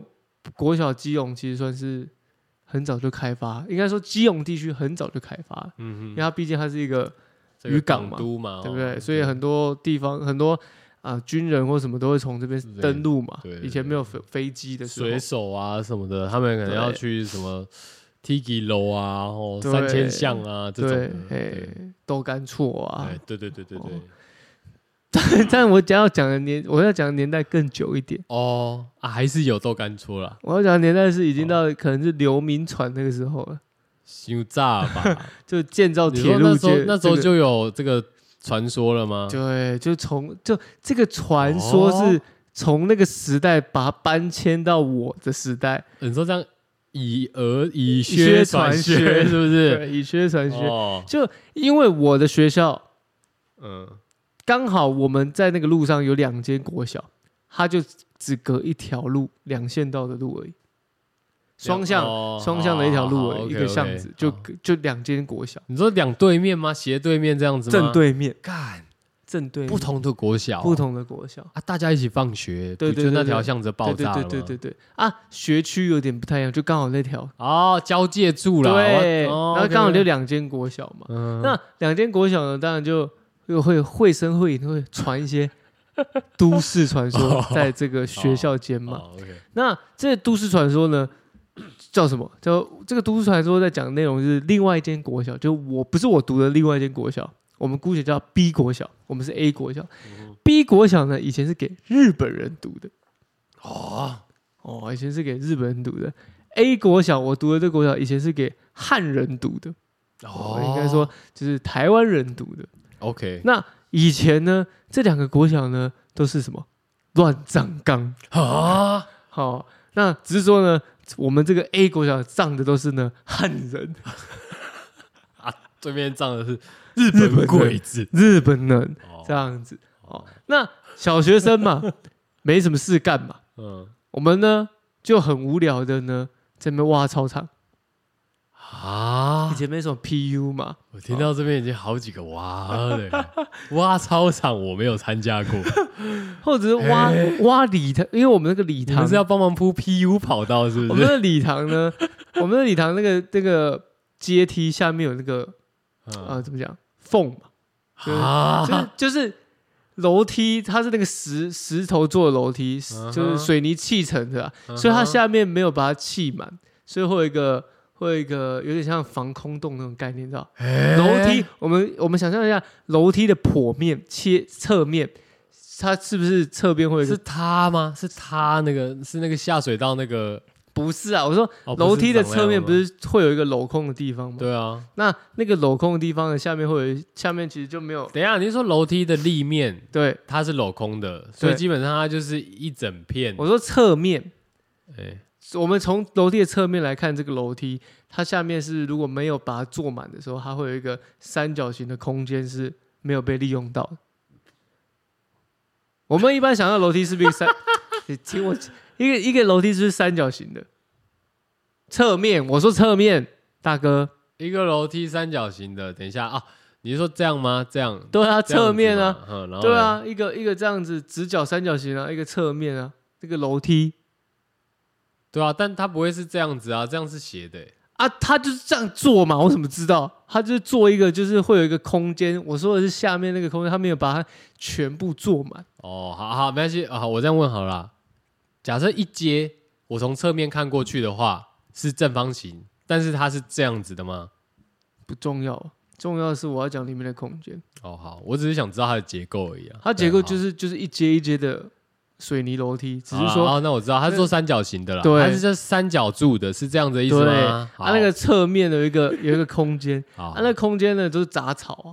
Speaker 2: 国小基隆其实算是很早就开发，应该说基隆地区很早就开发了，
Speaker 1: 嗯
Speaker 2: 因
Speaker 1: 哼，
Speaker 2: 为它毕竟它是一个。
Speaker 1: 这个
Speaker 2: 渔港嘛
Speaker 1: 港都嘛，
Speaker 2: 对不
Speaker 1: 哦
Speaker 2: 对？所以很多地方很多啊、军人或什么都会从这边
Speaker 1: 对
Speaker 2: 登陆嘛。
Speaker 1: 对对
Speaker 2: 以前没有飞飞机的时候
Speaker 1: 水，手啊什么的，他们可能要
Speaker 2: 对
Speaker 1: 去什么 Tiki 楼啊，哦，
Speaker 2: 对
Speaker 1: 三千巷啊这种
Speaker 2: 对
Speaker 1: 的，，
Speaker 2: 哎，豆干错啊。
Speaker 1: 哎，对对对对对
Speaker 2: 哦， 但我讲要讲的年，我要讲的年代更久一点。
Speaker 1: 哦啊，还是有豆干搓啦。
Speaker 2: 我要讲的年代是已经
Speaker 1: 哦
Speaker 2: 到可能是流民船那个时候了，
Speaker 1: 修炸 吧？
Speaker 2: 就建造
Speaker 1: 你说
Speaker 2: 铁
Speaker 1: 那
Speaker 2: 路
Speaker 1: 时候
Speaker 2: 界。
Speaker 1: 那时候
Speaker 2: 这个
Speaker 1: 就有这个传说了吗？
Speaker 2: 对，就从就这个传说是
Speaker 1: 哦
Speaker 2: 从那个时代把它搬迁到我的时代，
Speaker 1: 你说这样以讹以
Speaker 2: 以
Speaker 1: 靴
Speaker 2: 靴
Speaker 1: 传
Speaker 2: 传
Speaker 1: 靴
Speaker 2: 靴
Speaker 1: 是不是？
Speaker 2: 对，以学传学。
Speaker 1: 哦，
Speaker 2: 就因为我的学校
Speaker 1: 嗯，
Speaker 2: 刚好我们在那个路上有两间国小，它就只隔一条路，两线道的路而已，双向
Speaker 1: 哦
Speaker 2: 双向的一条路而已，一个巷。
Speaker 1: 好好好
Speaker 2: 子
Speaker 1: OK，OK，哦
Speaker 2: 就
Speaker 1: 好
Speaker 2: 就两间国小，
Speaker 1: 你说两对面吗？斜对面这样子吗？
Speaker 2: 正对面，
Speaker 1: 干，
Speaker 2: 正对面
Speaker 1: 不同的国小，
Speaker 2: 不同的国小，
Speaker 1: 啊，大家一起放学，
Speaker 2: 对
Speaker 1: 不
Speaker 2: 对
Speaker 1: 就
Speaker 2: 对
Speaker 1: 那
Speaker 2: 对
Speaker 1: 条巷子爆
Speaker 2: 对对
Speaker 1: 炸了
Speaker 2: 对
Speaker 1: 吗
Speaker 2: 对对对啊，学区有点不太一样，就刚好那条
Speaker 1: 哦，交界处啦，
Speaker 2: 对，然
Speaker 1: 我
Speaker 2: 后刚好就，
Speaker 1: 哦
Speaker 2: 两间国小嘛，
Speaker 1: OK 嗯
Speaker 2: 那两间国小呢，当然就又会绘声绘影，会传一些都市 传说在这个学校间嘛。
Speaker 1: 哦，OK，
Speaker 2: 那这都市传说呢， 叫什么？叫这个都市传说在讲的内容是另外一间国小，就我不是我读的另外一间国小，我们姑且叫 B 国小，我们是 A 国小。B 国小呢，以前是给日本人读的，
Speaker 1: 哦，
Speaker 2: 哦，以前是给日本人读的。A 国小我读的这个国小以前是给汉人读的，哦，应该说就是台湾人读的。
Speaker 1: OK，
Speaker 2: 那以前呢，这两个国小呢都是什么乱葬岗？
Speaker 1: 啊，
Speaker 2: 好、那只是说呢，我们这个 A 国小葬的都是呢汉人、
Speaker 1: 对面站 的是日
Speaker 2: 日本
Speaker 1: 本
Speaker 2: 人
Speaker 1: 鬼子，
Speaker 2: 日本人
Speaker 1: 哦
Speaker 2: 这样子。哦，那小学生嘛， 没什么事干嘛，
Speaker 1: 嗯
Speaker 2: 我们呢就很无聊的呢，在那边挖操场。
Speaker 1: 啊
Speaker 2: 以，前没什么 PU 嘛，
Speaker 1: 我听到这边已经好几个哇 了，挖操场我没有参加过，
Speaker 2: 或者是挖、挖礼堂，因为我们那个礼
Speaker 1: 哎你们
Speaker 2: 堂
Speaker 1: 是要帮忙铺 PU 跑道是
Speaker 2: 我
Speaker 1: 不
Speaker 2: 们
Speaker 1: 是？
Speaker 2: 的礼堂呢， 我们的礼堂那个那个阶梯下面有那个呃
Speaker 1: 嗯
Speaker 2: 怎么讲缝嘛，哦就是就是
Speaker 1: 啊，
Speaker 2: 就是楼梯，它是那个石石头做的楼梯，
Speaker 1: 嗯哼
Speaker 2: 就是水泥砌成的啊、
Speaker 1: 嗯哼
Speaker 2: 所以它下面没有把它砌满，所以会有一个会有一个有点像防空洞那种概念，你知道？
Speaker 1: 哎
Speaker 2: 楼梯，我们我们想象一下，楼梯的剖面切侧面，它是不是侧边会有一
Speaker 1: 是
Speaker 2: 个？
Speaker 1: 他吗？是他那个是那个下水道那个
Speaker 2: 不是啊，我说
Speaker 1: 哦不是
Speaker 2: 楼梯的
Speaker 1: 长那
Speaker 2: 侧面
Speaker 1: 样吗
Speaker 2: 不是会有一个镂空的地方吗？
Speaker 1: 对啊？
Speaker 2: 那那个镂空的地方的下面会有一，下面其实就没有
Speaker 1: 等一下，你是说楼梯的立面
Speaker 2: 对。
Speaker 1: 它是镂空的，所以
Speaker 2: 对
Speaker 1: 基本上它就是一整片。
Speaker 2: 我说侧面，
Speaker 1: 哎，
Speaker 2: 我们从楼梯的侧面来看这个楼梯，它下面是如果没有把它做满的时候，它会有一个三角形的空间是没有被利用到的。我们一般想到楼梯是不是一个三？ 你听我讲，一个一个楼梯是不是三角形的？侧面，我说侧面，大哥，
Speaker 1: 一个楼梯三角形的，等一下啊，你是说这样吗？这样
Speaker 2: 对啊，侧面啊，，
Speaker 1: 这样子嘛嗯，然后
Speaker 2: 对
Speaker 1: 嘞，
Speaker 2: 啊，一个一个这样子直角三角形啊，一个侧面啊，这个楼梯
Speaker 1: 对啊，但它不会是这样子啊，这样是斜的欸、
Speaker 2: 啊，他就是这样做嘛，我怎么知道？他就是做一个，就是会有一个空间。我说的是下面那个空间，他没有把它全部做满。
Speaker 1: 哦，好好，没关系啊，好我这样问好了啦。假设一阶，我从侧面看过去的话是正方形，但是它是这样子的吗？
Speaker 2: 不重要，重要的是我要讲里面的空间。
Speaker 1: 哦，好，我只是想知道它的结构而已啊。，
Speaker 2: 它结构就是是就是一阶一阶的水泥楼梯，只
Speaker 1: 好
Speaker 2: 是
Speaker 1: 啦
Speaker 2: 说
Speaker 1: 哦，那我知道它是做三角形的啦，
Speaker 2: 对
Speaker 1: 它是这三角柱的，是这样子的意思
Speaker 2: 对，
Speaker 1: 吗
Speaker 2: 它？
Speaker 1: 好
Speaker 2: 啊那个侧面有一个有一个空间，
Speaker 1: 好
Speaker 2: 它，那空间呢都是杂草啊。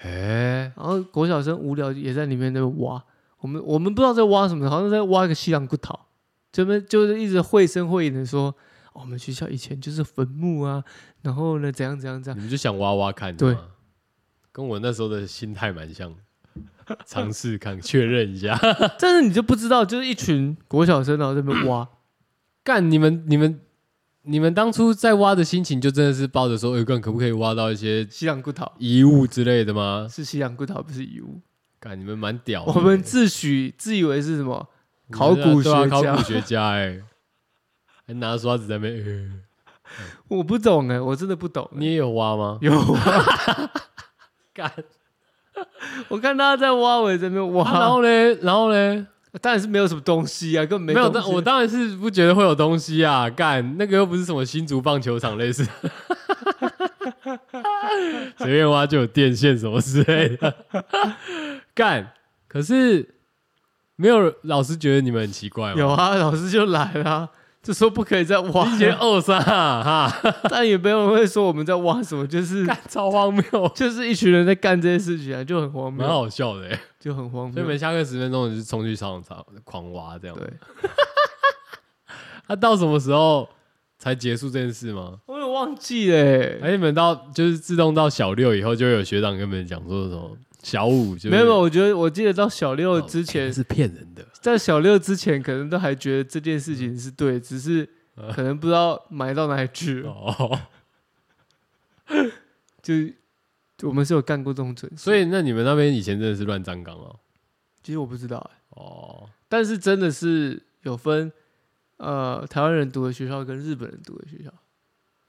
Speaker 1: 哎，
Speaker 2: 然后国小生无聊也在里面在那边挖，我们我们不知道在挖什么，好像在挖一个西洋骨头，这边就是一直绘声绘影的说、哦我们学校以前就是坟墓啊，然后呢怎样怎样怎样，
Speaker 1: 你们就想挖挖看，
Speaker 2: 对
Speaker 1: 是吗，跟我那时候的心态蛮像的，尝试看确认一下。
Speaker 2: 但是你就不知道，就是一群国小生然后在那边挖，
Speaker 1: 干你们你们你们当初在挖的心情，就真的是抱着说，哎、干可不可以挖到一些
Speaker 2: 西洋骨头
Speaker 1: 遗物之类的吗？
Speaker 2: 是西洋骨头不是遗物，
Speaker 1: 干你们蛮屌的，欸
Speaker 2: 我们自诩自以为是什么
Speaker 1: 你
Speaker 2: 考
Speaker 1: 们
Speaker 2: 古
Speaker 1: 对啊
Speaker 2: 学
Speaker 1: 考
Speaker 2: 家
Speaker 1: 古学家哎、还拿刷子在那边、呃
Speaker 2: 我不懂哎、我真的不懂欸、
Speaker 1: 你也有挖 吗？
Speaker 2: 有啊，
Speaker 1: 干，
Speaker 2: 我看大家在挖，我也在那边
Speaker 1: 啊然
Speaker 2: 挖，
Speaker 1: 后嘞，然后嘞，
Speaker 2: 当然是没有什么东西啊，根本没
Speaker 1: 没有，
Speaker 2: 东
Speaker 1: 但
Speaker 2: 西
Speaker 1: 我当然是不觉得会有东西啊，干那个又不是什么新竹棒球场类似， 随便挖就有电线什么之类的，干。可是没有老师觉得你们很奇怪吗？
Speaker 2: 有啊，老师就来了、啊就说不可以再挖
Speaker 1: 你以，前二三啊，哈，
Speaker 2: 但也没有人会说我们在挖什么，就是
Speaker 1: 干超荒谬，
Speaker 2: 就是一群人在干这些事情啊，就很荒
Speaker 1: 蛮
Speaker 2: 谬，
Speaker 1: 好笑的欸。
Speaker 2: 就很荒
Speaker 1: 所以
Speaker 2: 谬。
Speaker 1: 每下课十分钟，你就冲去操场狂挖这样。
Speaker 2: 对，
Speaker 1: 那、到什么时候才结束这件事吗？
Speaker 2: 我也忘记了欸、
Speaker 1: 哎而且你们到就是自动到小六以后，就会有学长跟你们讲说什么小五 就是
Speaker 2: 没有，没有我觉得我记得到小六
Speaker 1: 哦
Speaker 2: 之前
Speaker 1: 欸，是骗人的，
Speaker 2: 在小六之前可能都还觉得这件事情是对，只是
Speaker 1: 嗯
Speaker 2: 可能不知道埋到哪里去了，
Speaker 1: 哦，
Speaker 2: 就是我们是有干过这种蠢事，
Speaker 1: 所以那你们那边以前真的是乱葬岗哦，
Speaker 2: 其实我不知道欸、
Speaker 1: 哦，
Speaker 2: 但是真的是有分，呃，台湾人读的学校跟日本人读的学校，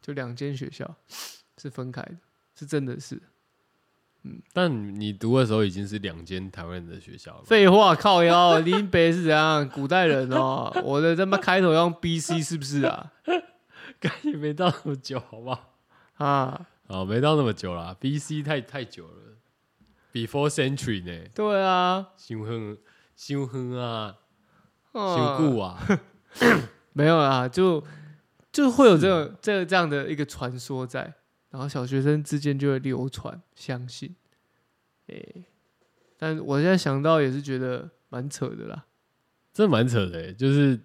Speaker 2: 就两间学校 是分开的，是真的是。
Speaker 1: 但你读的时候已经是两间台湾人的学校了，
Speaker 2: 废话，靠腰，林北是怎样？古代人哦，我的他妈开头要用 B C 是不是啊？
Speaker 1: 干也没到那么久，好不好？
Speaker 2: 啊，
Speaker 1: 哦，没到那么久啦，B C 太太久了，Before Century 呢，
Speaker 2: 对啊，
Speaker 1: 修亨修亨啊，
Speaker 2: 嗯
Speaker 1: 修固啊，
Speaker 2: 没有啦，就就会有这种这这样的一个传说在，然后小学生之间就会流传相信，诶、但我现在想到也是觉得蛮扯的啦。
Speaker 1: 真的蛮扯的欸，就是，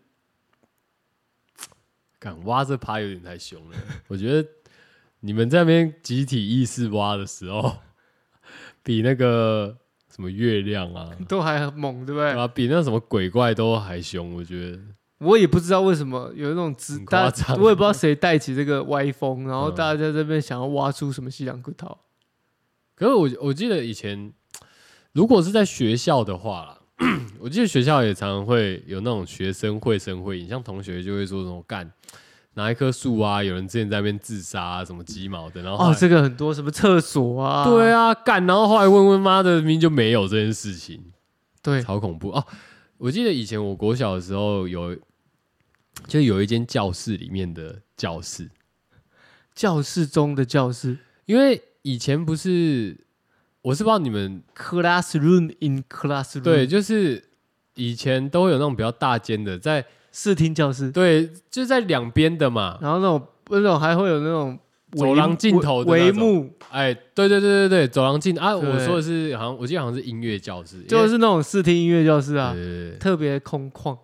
Speaker 1: 敢挖这趴有点太凶了。 我觉得你们在那边集体意识挖的时候， 比那个什么月亮啊，
Speaker 2: 都还很猛，对不
Speaker 1: 对
Speaker 2: 对？
Speaker 1: 啊，比那什么鬼怪都还凶。我觉得
Speaker 2: 我也不知道为什么有那种直
Speaker 1: 很，夸
Speaker 2: 大
Speaker 1: 张
Speaker 2: 我也不知道谁带起这个歪风，然后
Speaker 1: 嗯
Speaker 2: 大家在这边想要挖出什么西洋骨头，
Speaker 1: 可是我我记得以前，如果是在学校的话啦， 我记得学校也常常会有那种学生会生会影，像同学就会说什么干拿一棵树啊，有人之前在那边自杀、啊、什么鸡毛的，然后后
Speaker 2: 哦
Speaker 1: 来，
Speaker 2: 这个很多什么厕所啊，
Speaker 1: 对啊，干，然后后来问问妈的，明明就没有这件事情，
Speaker 2: 对，
Speaker 1: 超恐怖哦！我记得以前我国小的时候有，就有一间教室里面的教室，
Speaker 2: 教室中的教室
Speaker 1: 因为以前不是，我是不知道你们
Speaker 2: ，classroom in classroom，
Speaker 1: 对，，就是以前都会有那种比较大间的，在
Speaker 2: 视听教室，
Speaker 1: 对，就在两边的嘛，
Speaker 2: 然后那种那种还会有那种
Speaker 1: 走
Speaker 2: 帷
Speaker 1: 廊尽头的那
Speaker 2: 帷
Speaker 1: 种
Speaker 2: 幕，
Speaker 1: 哎，对对对对对，走廊进啊，
Speaker 2: 对
Speaker 1: 我说的是好像我记得好像是音乐教室，因
Speaker 2: 就
Speaker 1: 为
Speaker 2: 是那种视听音乐教室啊
Speaker 1: 对，对对
Speaker 2: 特别空旷，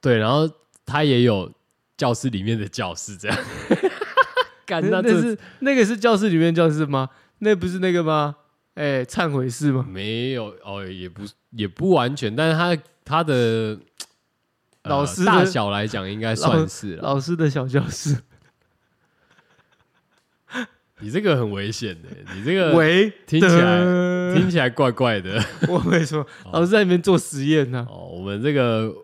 Speaker 1: 对，然后他也有教室里面的教室这样。 干
Speaker 2: 那
Speaker 1: 啊那这
Speaker 2: 那是那个是教室里面教室吗？那不是那个吗？哎，忏悔室吗？
Speaker 1: 没有哦，也不也不完全，但是他他的、呃
Speaker 2: 老师的
Speaker 1: 大小来讲应该算是了。
Speaker 2: 老师的小教室。
Speaker 1: 你这个很危险的，你这个
Speaker 2: 喂，
Speaker 1: 听起来
Speaker 2: 噔
Speaker 1: 听起来怪怪的
Speaker 2: 我会说，老师在里面做实验啊呢、
Speaker 1: 哦。我们这个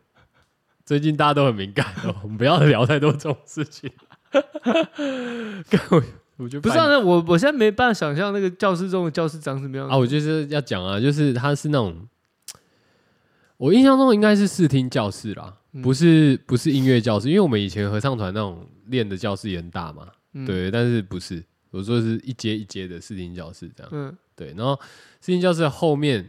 Speaker 1: 最近大家都很敏感哦，我们不要聊太多这种事情。 干我我就
Speaker 2: 不是、啊，那我我现在没办法想象那个教室中的教室长什么样
Speaker 1: 啊，我就是要讲啊，就是它是那种，我印象中应该是视听教室啦，
Speaker 2: 嗯
Speaker 1: 不是不是音乐教室，因为我们以前合唱团那种练的教室也很大嘛，
Speaker 2: 嗯，
Speaker 1: 对，但是不是我说是一阶一阶的视听教室这样，
Speaker 2: 嗯，
Speaker 1: 对，然后视听教室的后面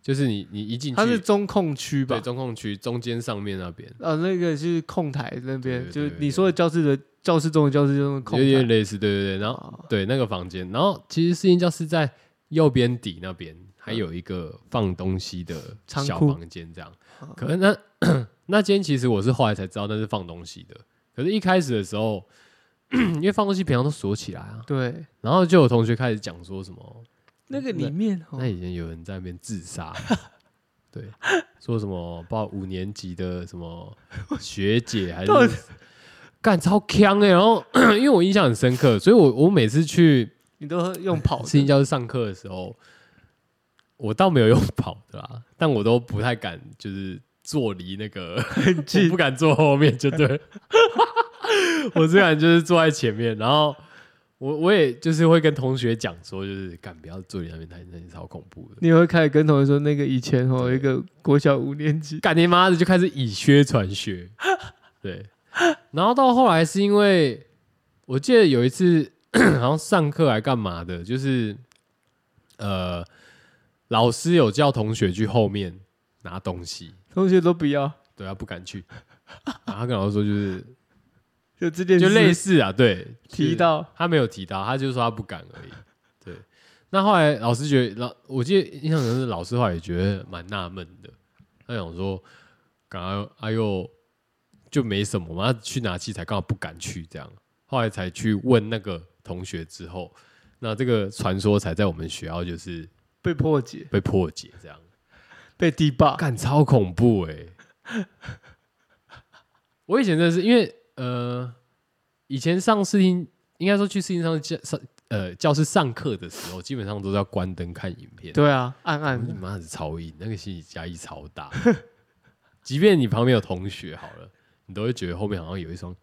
Speaker 1: 就是你你一进去，
Speaker 2: 它是中控区吧
Speaker 1: 对？中控区中间上面那边，
Speaker 2: 啊，那个就是控台那边，
Speaker 1: 对
Speaker 2: 就是
Speaker 1: 对
Speaker 2: 你
Speaker 1: 对
Speaker 2: 说的教室的教室中的教室就是控
Speaker 1: 有点
Speaker 2: 台。
Speaker 1: 类似，对对对，然后
Speaker 2: 啊
Speaker 1: 对，那个房间。然后其实试音教室在右边底那边，还有一个放东西的
Speaker 2: 嗯仓
Speaker 1: 小
Speaker 2: 库嗯
Speaker 1: 房间，这样。可能那 那间其实我是后来才知道那是放东西的，可是一开始的时候， 因为放东西平常都锁起来啊，
Speaker 2: 对，
Speaker 1: 然后就有同学开始讲说什么，
Speaker 2: 那个里面哦
Speaker 1: 那，以前有人在那边自 杀。对，说什么报五年级的什 么学姐还是
Speaker 2: 到底
Speaker 1: 干超强哎、然后 因为我印象很深刻，所以我我每次去
Speaker 2: 你都用 跑
Speaker 1: 事情
Speaker 2: 的，
Speaker 1: 就是上课的时候，我倒没有用跑的啦， 但我都不太敢，就是坐离那个很
Speaker 2: 近
Speaker 1: 不敢坐后面，就对。 我只敢就是坐在前面，然后我我也就是会跟同学讲说，就是敢不要坐离那边太那里超恐怖的。
Speaker 2: 你会开始跟同学说，那个以前哦，
Speaker 1: 对
Speaker 2: 有一个国小五年级，
Speaker 1: 干你妈的就开始以靴传靴，对。然后到后来是因为我记得有一次 好像上课还干嘛的，就是呃老师有叫同学去后面拿东西，
Speaker 2: 同学都不要，
Speaker 1: 对他不敢去，然后他跟老师说就是
Speaker 2: 就这件事
Speaker 1: 就类似啊，对，
Speaker 2: 提
Speaker 1: 到。
Speaker 2: 到
Speaker 1: 他没有提到，他就说他不敢而已。 对，那后来老师觉得老，我记得印象中是老师后来也觉得蛮纳闷的，他想说，刚刚哎呦就没什么嘛，他去拿器材刚好不敢去这样，后来才去问那个同学之后，那这个传说才在我们学校就是
Speaker 2: 被破解、
Speaker 1: 被破解这样，
Speaker 2: 被 debug，
Speaker 1: 干超恐怖哎、我以前真的是因为呃，以前上视听，应该说去视听上教上呃教室上课的时候，基本上都是要关灯看影片。
Speaker 2: 对啊，暗
Speaker 1: 我
Speaker 2: 暗
Speaker 1: 你
Speaker 2: 的，
Speaker 1: 妈是超硬，那个心理压力超大。即便你旁边有同学好了，你都会觉得后面好像有一双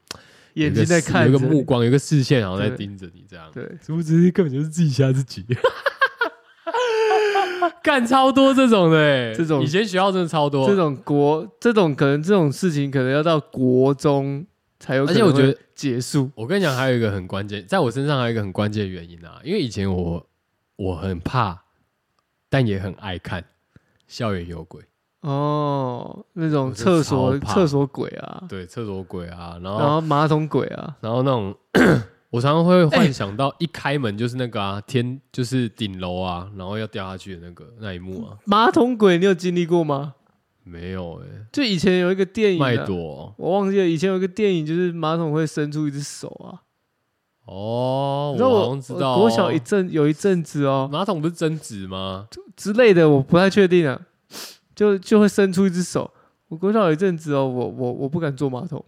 Speaker 2: 眼睛在看
Speaker 1: 有
Speaker 2: 着
Speaker 1: 一个目光，有一个视线，好像在
Speaker 2: 对
Speaker 1: 盯着你这样。
Speaker 2: 对，
Speaker 1: 殊不知根本就是自己吓自己， 干超多这种的、欸，
Speaker 2: 这种
Speaker 1: 以前学校真的超多，
Speaker 2: 这种国这种可能这种事情可能要到国中才有，
Speaker 1: 而且我觉得
Speaker 2: 结束，
Speaker 1: 我跟你讲，还有一个很关键，在我身上还有一个很关键的原因啊，因为以前我我很怕，但也很爱看校园有鬼，
Speaker 2: 哦，那种
Speaker 1: 我是
Speaker 2: 厕所
Speaker 1: 超怕
Speaker 2: 厕所鬼啊，
Speaker 1: 对，厕所鬼啊，然后
Speaker 2: 然后马桶鬼啊，
Speaker 1: 然后那种，我常常会幻想到一开门就是那个啊，天就是顶楼啊，然后要掉下去的那个那一幕啊，
Speaker 2: 马桶鬼你有经历过吗？
Speaker 1: 没有哎、
Speaker 2: 就以前有一个电影、
Speaker 1: 麦
Speaker 2: 啊，
Speaker 1: 朵
Speaker 2: 我忘记了，以前有一个电影就是马桶会伸出一只手啊，
Speaker 1: 哦
Speaker 2: 你，
Speaker 1: 我
Speaker 2: 我
Speaker 1: 好像知道、哦，
Speaker 2: 我国小一阵有一阵子哦
Speaker 1: 马桶不是贞子吗？
Speaker 2: 之类的，我不太确定啊，就就会伸出一只手。我国小有一阵子哦，我我我不敢坐马桶，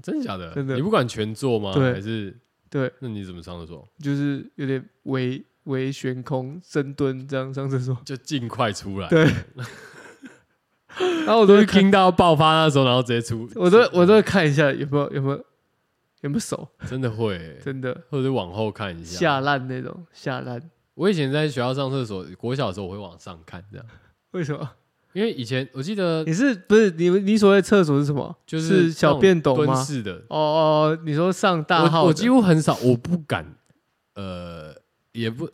Speaker 1: 真的假的？
Speaker 2: 真的
Speaker 1: 你不管全做吗？
Speaker 2: 对
Speaker 1: 还是
Speaker 2: 对，
Speaker 1: 那你怎么上厕所？
Speaker 2: 就是有点微微悬空深蹲这样上厕所，
Speaker 1: 就尽快出来。
Speaker 2: 对然后我
Speaker 1: 我都 是
Speaker 2: 都会看，
Speaker 1: 听到爆发那时候，然后直接出，
Speaker 2: 我都我都会看一下有没有有没有有没有手，
Speaker 1: 真的会欸、
Speaker 2: 真的
Speaker 1: 或者是往后看一下。
Speaker 2: 下烂那种下烂，
Speaker 1: 我以前在学校上厕所，国小的时候我会往上看这样，
Speaker 2: 为什么？
Speaker 1: 因为以前我记得
Speaker 2: 你是不是你你所谓的厕所是什么？
Speaker 1: 呃就是
Speaker 2: 小便斗
Speaker 1: 那种
Speaker 2: 吗
Speaker 1: 蹲式的，
Speaker 2: 哦哦，你说上大号
Speaker 1: 我我
Speaker 2: 的
Speaker 1: 几乎很少，我不敢，呃，也不，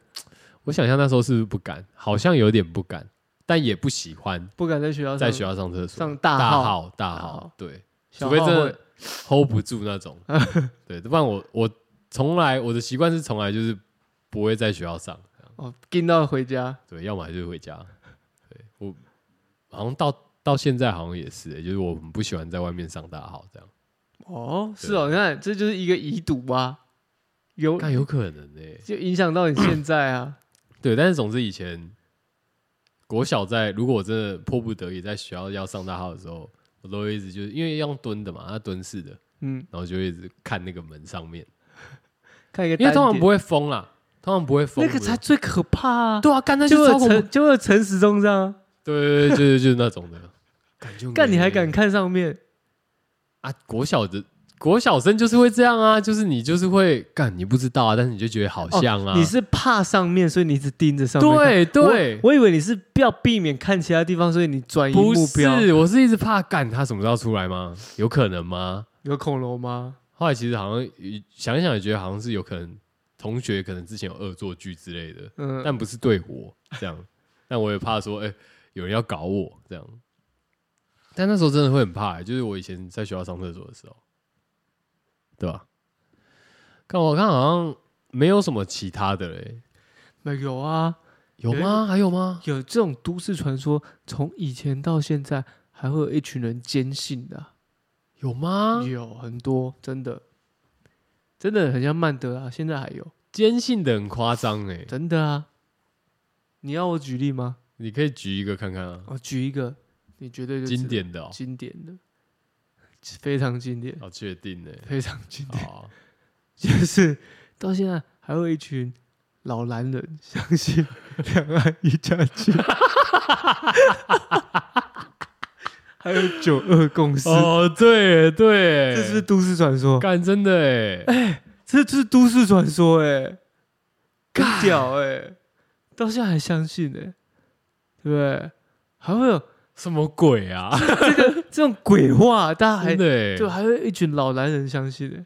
Speaker 1: 我想象那时候是不是不敢，好像有点不敢，但也不喜欢
Speaker 2: 不敢在学校上
Speaker 1: 在学校上厕所，
Speaker 2: 上大
Speaker 1: 大
Speaker 2: 号
Speaker 1: 号大
Speaker 2: 大
Speaker 1: 号
Speaker 2: 号，
Speaker 1: 对，
Speaker 2: 小
Speaker 1: 除非
Speaker 2: 号
Speaker 1: 真的
Speaker 2: 会
Speaker 1: hold 不住那 种，对，不然我我从来我的习惯是从来就是不会在学校上。
Speaker 2: 哦，跟到回家，
Speaker 1: 对，要么就是回家。对我好像到到现在好像也是、欸，就是我很不喜欢在外面上大号这样。
Speaker 2: 哦，是哦，你看这就是一个遗毒吧，有
Speaker 1: 但有可能呢、欸，
Speaker 2: 就影响到你现在 啊，
Speaker 1: 对，但是总之以前国小在，如果我真的迫不得已在学校要上大号的时候，我都会一直就是因为要用蹲的嘛，它蹲式的，
Speaker 2: 嗯，
Speaker 1: 然后就会一直看那个门上面，
Speaker 2: 看一个
Speaker 1: 因
Speaker 2: 单
Speaker 1: 为
Speaker 2: 点，
Speaker 1: 通常不会封啦，通常不会封
Speaker 2: 那个才最可怕啊，
Speaker 1: 对啊，干那
Speaker 2: 就
Speaker 1: 就超
Speaker 2: 有
Speaker 1: 恐怖，
Speaker 2: 陈就有陈时中这样啊，
Speaker 1: 对对对，就 是就是那种的，感觉
Speaker 2: 干你还敢看上面？
Speaker 1: 啊？国小的国小生就是会这样啊，就是你就是会干，你不知道啊，但是你就觉得好像啊，
Speaker 2: 哦你是怕上面，所以你一直盯着上面看。
Speaker 1: 对对，
Speaker 2: 我，我以为你是要避免看其他地方，所以你转移
Speaker 1: 不
Speaker 2: 目标。
Speaker 1: 是，我是一直怕干，他什么时候出来吗？有可能吗？
Speaker 2: 有恐龙吗？
Speaker 1: 后来其实好像想一想也觉得好像是有可能，同学可能之前有恶作剧之类的，
Speaker 2: 嗯，
Speaker 1: 但不是对我这样，但我也怕说，哎、有人要搞我这样。但那时候真的会很怕、欸就是我以前在学校上厕所的时候，对吧？看我看好像没有什么其他的嘞、欸
Speaker 2: 没有啊，
Speaker 1: 有吗？还有吗？
Speaker 2: 有这种都市传说，从以前到现在还会有一群人坚信的啊、
Speaker 1: 有吗？
Speaker 2: 有很多，真的，真的很像曼德啊，现在还有，
Speaker 1: 坚信的很夸张哎，
Speaker 2: 真的啊。你要我举例吗？
Speaker 1: 你可以举一个看看啊，
Speaker 2: 我举一个，你绝对就知道
Speaker 1: 经典的哦，
Speaker 2: 经典的，非常经典，
Speaker 1: 要确定哎，
Speaker 2: 非常经典，
Speaker 1: 好，
Speaker 2: 就是到现在还有一群老男人相信两岸一家亲，还有九二共识，
Speaker 1: 哦，对耶对耶，
Speaker 2: 这是不是都市传说，
Speaker 1: 干真的 哎，
Speaker 2: 这就是都市传说哎、干屌哎、到现在还相信哎、对不对？还会有
Speaker 1: 什么鬼啊？
Speaker 2: 这种鬼话，大家还
Speaker 1: 真的
Speaker 2: 哎对，啊
Speaker 1: 耶，
Speaker 2: 还有一群老男人相信哎、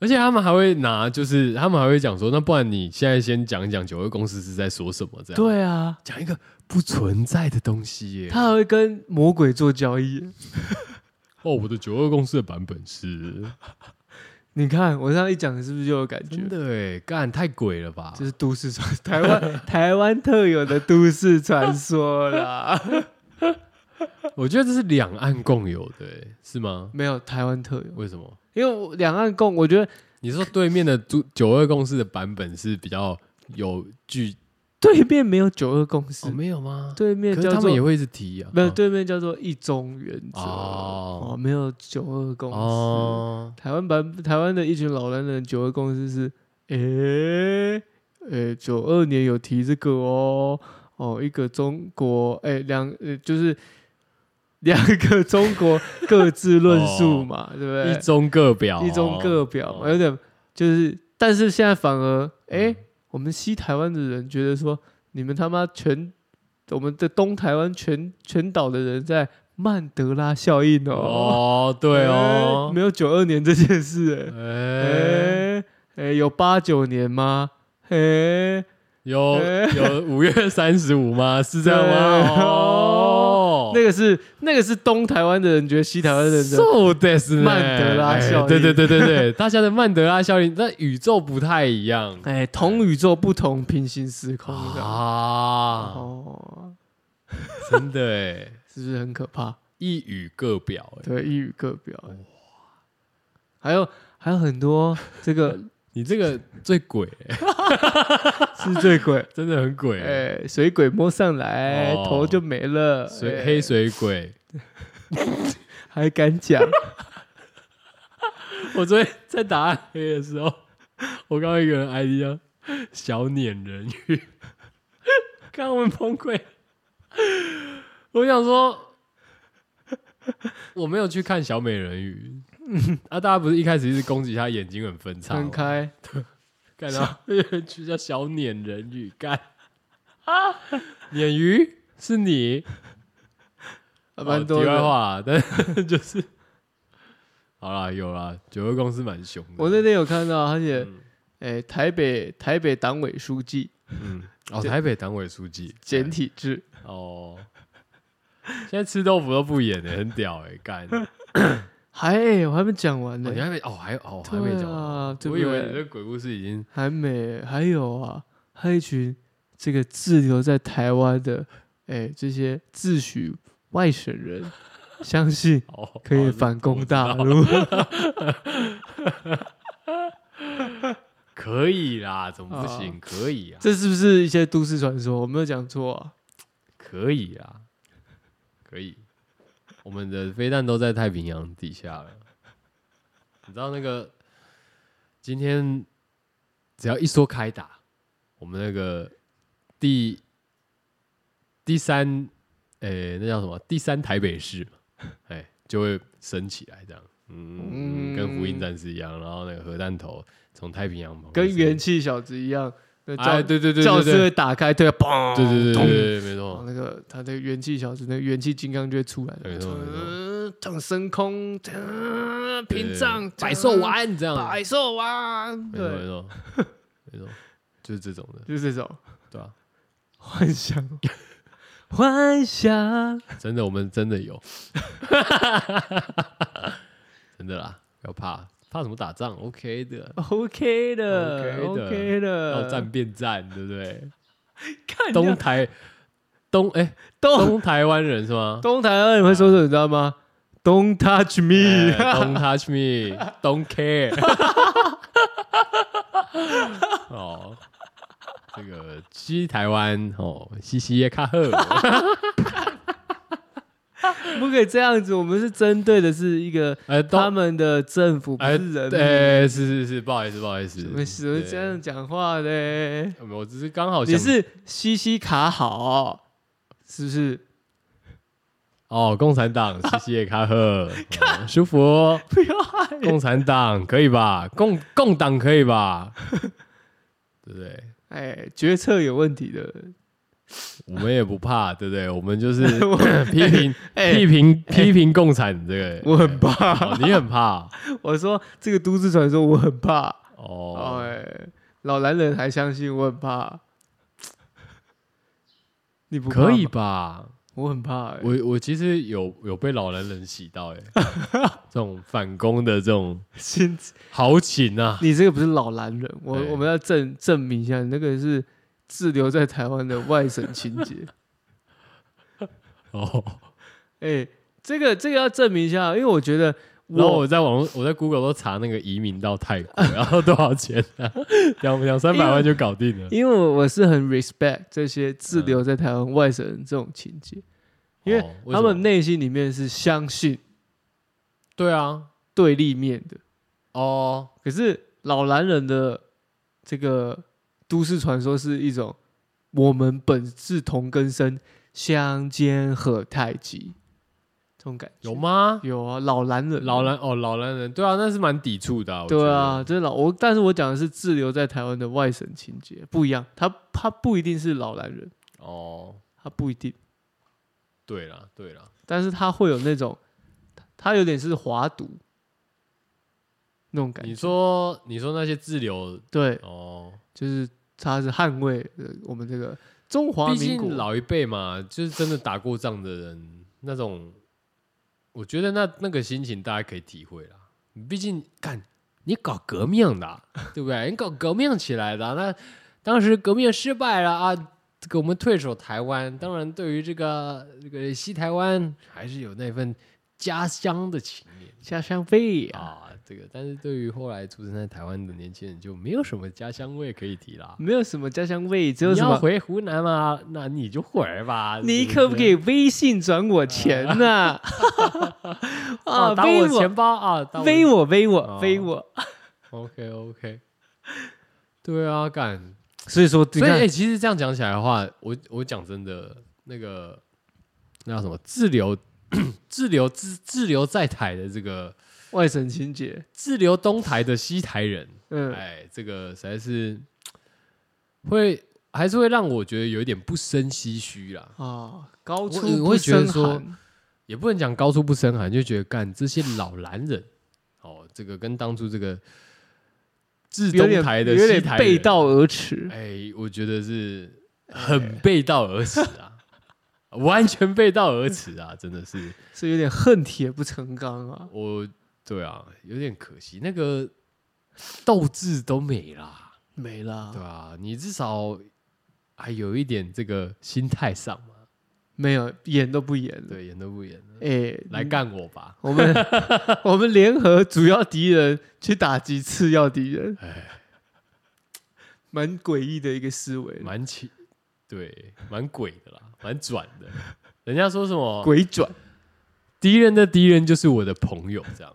Speaker 1: 而且他们还会拿，就是他们还会讲说，那不然你现在先讲一讲九二公司是在说什么，这样，
Speaker 2: 对啊。
Speaker 1: 讲一个不存在的东西耶。
Speaker 2: 他还会跟魔鬼做交易耶。
Speaker 1: 哦，我的九二公司的版本 是
Speaker 2: 你看我这样一讲，是不是就有感觉
Speaker 1: 真？的哎，干太鬼了吧
Speaker 2: 这？是都市传，台湾台湾特有的都市传说 啦。
Speaker 1: 我觉得这是两岸共有的耶，是吗？
Speaker 2: 没有台湾特有，
Speaker 1: 为什么？
Speaker 2: 因为我两岸共，我觉得
Speaker 1: 你说对面的九九二公司的版本是比较有剧
Speaker 2: 对面没有九二共识，
Speaker 1: 哦，没有吗？，
Speaker 2: 对面
Speaker 1: 可是
Speaker 2: 叫
Speaker 1: 他
Speaker 2: 做
Speaker 1: 们也会一直提啊。
Speaker 2: 没有，
Speaker 1: 啊
Speaker 2: 对面叫做一中原则
Speaker 1: 哦
Speaker 2: 哦，没有九二共识。
Speaker 1: 哦，
Speaker 2: 台湾版台湾的一群老男人九二共识是，诶、诶，九二年有提这个哦，哦，一个中国，诶、两呃就是两个中国各自论述嘛，对不对？
Speaker 1: 哦一中各表，
Speaker 2: 一中各表嘛，
Speaker 1: 哦嗯
Speaker 2: 有点就是，但是现在反而，诶、我们西台湾的人觉得说，你们他妈全我们的东台湾全全岛的人在曼德拉效应哦
Speaker 1: 哦，对
Speaker 2: 哎
Speaker 1: 哦，
Speaker 2: 没有九二年这件事、哎、
Speaker 1: 哎，
Speaker 2: 哎、有八九年吗？哎、
Speaker 1: 有
Speaker 2: 哎
Speaker 1: 有五月三十五吗？是这样
Speaker 2: 对
Speaker 1: 吗？哦，
Speaker 2: 那个是那个是东台湾的人觉得西台湾的人的，
Speaker 1: So this
Speaker 2: 曼德拉效应
Speaker 1: 对对对对对， 大家的曼德拉效应，那宇宙不太一样
Speaker 2: 哎、同宇宙不同平行时空的、
Speaker 1: 啊，
Speaker 2: 哦，
Speaker 1: 真的哎，
Speaker 2: 是不是很可怕？
Speaker 1: 一语各表哎，
Speaker 2: 对，一语各表、哎还有还有很多这个
Speaker 1: 你这个最鬼哎，
Speaker 2: 是醉鬼，
Speaker 1: 真的很鬼
Speaker 2: 哎、
Speaker 1: 哎，
Speaker 2: 水鬼摸上来、
Speaker 1: 哦
Speaker 2: 头就没了，
Speaker 1: 水
Speaker 2: 哎
Speaker 1: 黑水鬼。
Speaker 2: 还 敢讲？
Speaker 1: 我昨天在打暗黑的时候，我刚刚一个人 ID 叫小碾人鱼，看我们崩溃。我想说，我没有去看小美人鱼。啊！大家不是一开始一直攻击他眼睛很分叉吗，
Speaker 2: 分开，
Speaker 1: 干到去叫小碾人鱼干啊，碾鱼是你，
Speaker 2: 还啊蛮
Speaker 1: 哦
Speaker 2: 多
Speaker 1: 题
Speaker 2: 的。
Speaker 1: 外话，但是就是 好啦，有啦，九二公司蛮凶的。
Speaker 2: 我那天有看到，他写
Speaker 1: 嗯，
Speaker 2: 诶、台北台北党委书记
Speaker 1: 嗯，哦，台北党委书记哎
Speaker 2: 简体字，
Speaker 1: 哦，现在吃豆腐都不演的、很屌哎、 干、哦！
Speaker 2: 还、诶我还没讲完呢、啊
Speaker 1: 你还没哦，还哦还没
Speaker 2: 对
Speaker 1: 讲完、
Speaker 2: 啊，对不
Speaker 1: 我
Speaker 2: 对
Speaker 1: 以为你这鬼故事已经
Speaker 2: 还没，还有啊，还有一群这个滞留在台湾的，诶、这些自诩外 省人，相信
Speaker 1: 哦
Speaker 2: 可以
Speaker 1: 哦
Speaker 2: 反攻
Speaker 1: 我
Speaker 2: 大
Speaker 1: 知道
Speaker 2: 陆，
Speaker 1: 可以啦，怎么不行？
Speaker 2: 啊
Speaker 1: 可以啊，
Speaker 2: 这是不是一些都市传说？我没有讲错啊。
Speaker 1: 可以啊， 可以。我们的飞弹都在太平洋底下了，你知道那个今天只要一说开打，我们那个第第 三，诶、那叫什么？第三台北市嘛，哎、就会升起来这样。嗯，跟福音战士一样，然后那个核弹头从太平洋旁边
Speaker 2: 跟元气小子一样，那教、
Speaker 1: 哎，对对对，对
Speaker 2: 教室
Speaker 1: 对
Speaker 2: 会打开，对，砰，
Speaker 1: 对对对
Speaker 2: 咚
Speaker 1: 对对，没
Speaker 2: 哦
Speaker 1: 错，
Speaker 2: 那个他的元气小子，那个元气金刚就会出来
Speaker 1: 没
Speaker 2: 了，
Speaker 1: 错没错
Speaker 2: 呃唱升空，呃
Speaker 1: 对
Speaker 2: 屏障，
Speaker 1: 百兽
Speaker 2: 呃，
Speaker 1: 丸这样，
Speaker 2: 百兽丸，
Speaker 1: 没错没
Speaker 2: 对，
Speaker 1: 错没错，就是这种的，
Speaker 2: 就是这种
Speaker 1: 对啊吧？
Speaker 2: 幻想，幻想，
Speaker 1: 真的，我们真的有， 真的啦，不要怕，怕什么打仗？OK 的，
Speaker 2: OK 的
Speaker 1: OK 的
Speaker 2: ，OK
Speaker 1: 要
Speaker 2: 的，
Speaker 1: 战便战，对不对？
Speaker 2: 看
Speaker 1: 东
Speaker 2: 东
Speaker 1: 台东 哎，
Speaker 2: 东
Speaker 1: 东台湾人是吗？
Speaker 2: 哦东台湾人会说什么，你知道吗？Don't touch
Speaker 1: 哎
Speaker 2: me，
Speaker 1: Don't touch me, don't care 。哦，这个西台湾哦，西西耶卡 赫，
Speaker 2: 不可以这样子，我们是针对的是一个
Speaker 1: 呃，
Speaker 2: 他
Speaker 1: 东
Speaker 2: 们的政府，不
Speaker 1: 呃，
Speaker 2: 是人民。
Speaker 1: 对，是是是，不好意思，不好意思，
Speaker 2: 怎么怎么
Speaker 1: 对
Speaker 2: 这样讲话嘞？
Speaker 1: 呃我只是刚好
Speaker 2: 你
Speaker 1: 想
Speaker 2: 是西西卡好，是不是？
Speaker 1: 哦，共产党西西耶卡赫，哦舒服哦，
Speaker 2: 不要害人
Speaker 1: 共产党可以吧？共共党可以吧？对不对？
Speaker 2: 哎，决策有问题的。
Speaker 1: 我们也不怕，对不对？我们就是
Speaker 2: 我
Speaker 1: 批评批
Speaker 2: 哎，
Speaker 1: 评批评共产这个，
Speaker 2: 我很怕。
Speaker 1: 哦，你很怕
Speaker 2: 我说这个都市传说我很怕。
Speaker 1: 哦，
Speaker 2: 哎，老男人还相信我很怕。 你不怕
Speaker 1: 可以
Speaker 2: 吗？
Speaker 1: 吧？
Speaker 2: 我很怕。哎
Speaker 1: 我我其实有有被老男人洗到哎，这种反攻的这种
Speaker 2: 先，
Speaker 1: 豪情啊，
Speaker 2: 你这个不是老男人，我
Speaker 1: 哎
Speaker 2: 我们要证证明一下，你那个是滞留在台湾的外省情节。
Speaker 1: 哦，
Speaker 2: 哎、这个这个要证明一下，因为我觉得
Speaker 1: 然后
Speaker 2: 我
Speaker 1: 我在网络我在 Google 都查那个移民到泰国然后多少钱啊？两两三百万就搞定了，
Speaker 2: 因为我是很 respect 这些滞留在台湾外省人这种情节，因为
Speaker 1: 哦
Speaker 2: 他
Speaker 1: 嗯什么
Speaker 2: 们内心里面是相信
Speaker 1: 对啊，
Speaker 2: 对立面的，
Speaker 1: 哦，
Speaker 2: 可是老男人的这个都市传说是一种我们本是同根生，相煎何太急这种感觉
Speaker 1: 有？吗？
Speaker 2: 有啊，老男人，
Speaker 1: 老男哦，老男人，对啊，那是蛮抵触的、啊。我觉
Speaker 2: 对
Speaker 1: 得
Speaker 2: 啊，，真的老我，但是我讲的是滞留在台湾的外省情节不一样，他他不一定是老男人，
Speaker 1: 哦，
Speaker 2: 他不一定，
Speaker 1: 对啦，对啦，
Speaker 2: 但是他会有那种，他有点是华独那种感觉。
Speaker 1: 你说你说那些自留
Speaker 2: 对，
Speaker 1: 哦，
Speaker 2: 就是他是捍卫呃我们这个中华
Speaker 1: 毕
Speaker 2: 民
Speaker 1: 竟
Speaker 2: 国。
Speaker 1: 老一辈嘛，就是真的打过仗的人，那种，我觉得那那个心情大家可以体会啦。毕竟干你搞革命的啊、对不对？你搞革命起来的啊、那当时革命失败了啊，这个我们退守台湾，当然对于这个这个西台湾还是有那份家乡的情念。
Speaker 2: 家乡味啊，
Speaker 1: 啊，这个，但是对于后来出生在台湾的年轻人，就没有什么家乡味可以提啦。
Speaker 2: 没有什么家乡味，只有
Speaker 1: 啊你
Speaker 2: 什
Speaker 1: 要
Speaker 2: 么？
Speaker 1: 回湖南吗？那你就回儿吧。
Speaker 2: 你
Speaker 1: 是
Speaker 2: 可不可
Speaker 1: 是
Speaker 2: 以微信转我钱呢？
Speaker 1: 啊？打
Speaker 2: 微
Speaker 1: 我
Speaker 2: 我
Speaker 1: 钱包啊？打
Speaker 2: 微我微我
Speaker 1: 哦
Speaker 2: 微我。
Speaker 1: OK OK。对啊，干。
Speaker 2: 所以哎说，你
Speaker 1: 所以、
Speaker 2: 看
Speaker 1: 欸，其实这样讲起来的话，我我讲真的，那个那叫什么自留自留自自留在台的这个
Speaker 2: 外省情节，
Speaker 1: 自留东台的西台人，
Speaker 2: 嗯，
Speaker 1: 哎，这个实在是会还是会让我觉得有一点不生唏嘘啦，
Speaker 2: 啊，高
Speaker 1: 我
Speaker 2: 处
Speaker 1: 我
Speaker 2: 不
Speaker 1: 会觉得
Speaker 2: 胜
Speaker 1: 说
Speaker 2: 寒
Speaker 1: 也不能讲高处不胜寒，就觉得干这些老男人，哦，这个跟当初这个自
Speaker 2: 有
Speaker 1: 东
Speaker 2: 点
Speaker 1: 台的
Speaker 2: 有
Speaker 1: 西
Speaker 2: 点
Speaker 1: 台人
Speaker 2: 背，道而驰。
Speaker 1: 哎，我觉得是很背道而驰啊， 完全背道而驰啊，真的是
Speaker 2: 是有点恨铁不成钢啊。
Speaker 1: 我对啊，有点可惜，那个斗志都没啦。
Speaker 2: 没啦
Speaker 1: 对，啊，你至少还有一点这个心态上嘛，
Speaker 2: 没有演都不演了。
Speaker 1: 对，演都不演了，
Speaker 2: 哎，
Speaker 1: 来
Speaker 2: 嗯，
Speaker 1: 干我吧！
Speaker 2: 我们我们联合主要敌人去打击次要敌人，
Speaker 1: 哎，
Speaker 2: 蛮诡异的一个思维，
Speaker 1: 蛮奇，对，蛮鬼的啦， 蛮转的。人家说什么
Speaker 2: 鬼转。
Speaker 1: 敌人的敌人就是我的朋友，这样，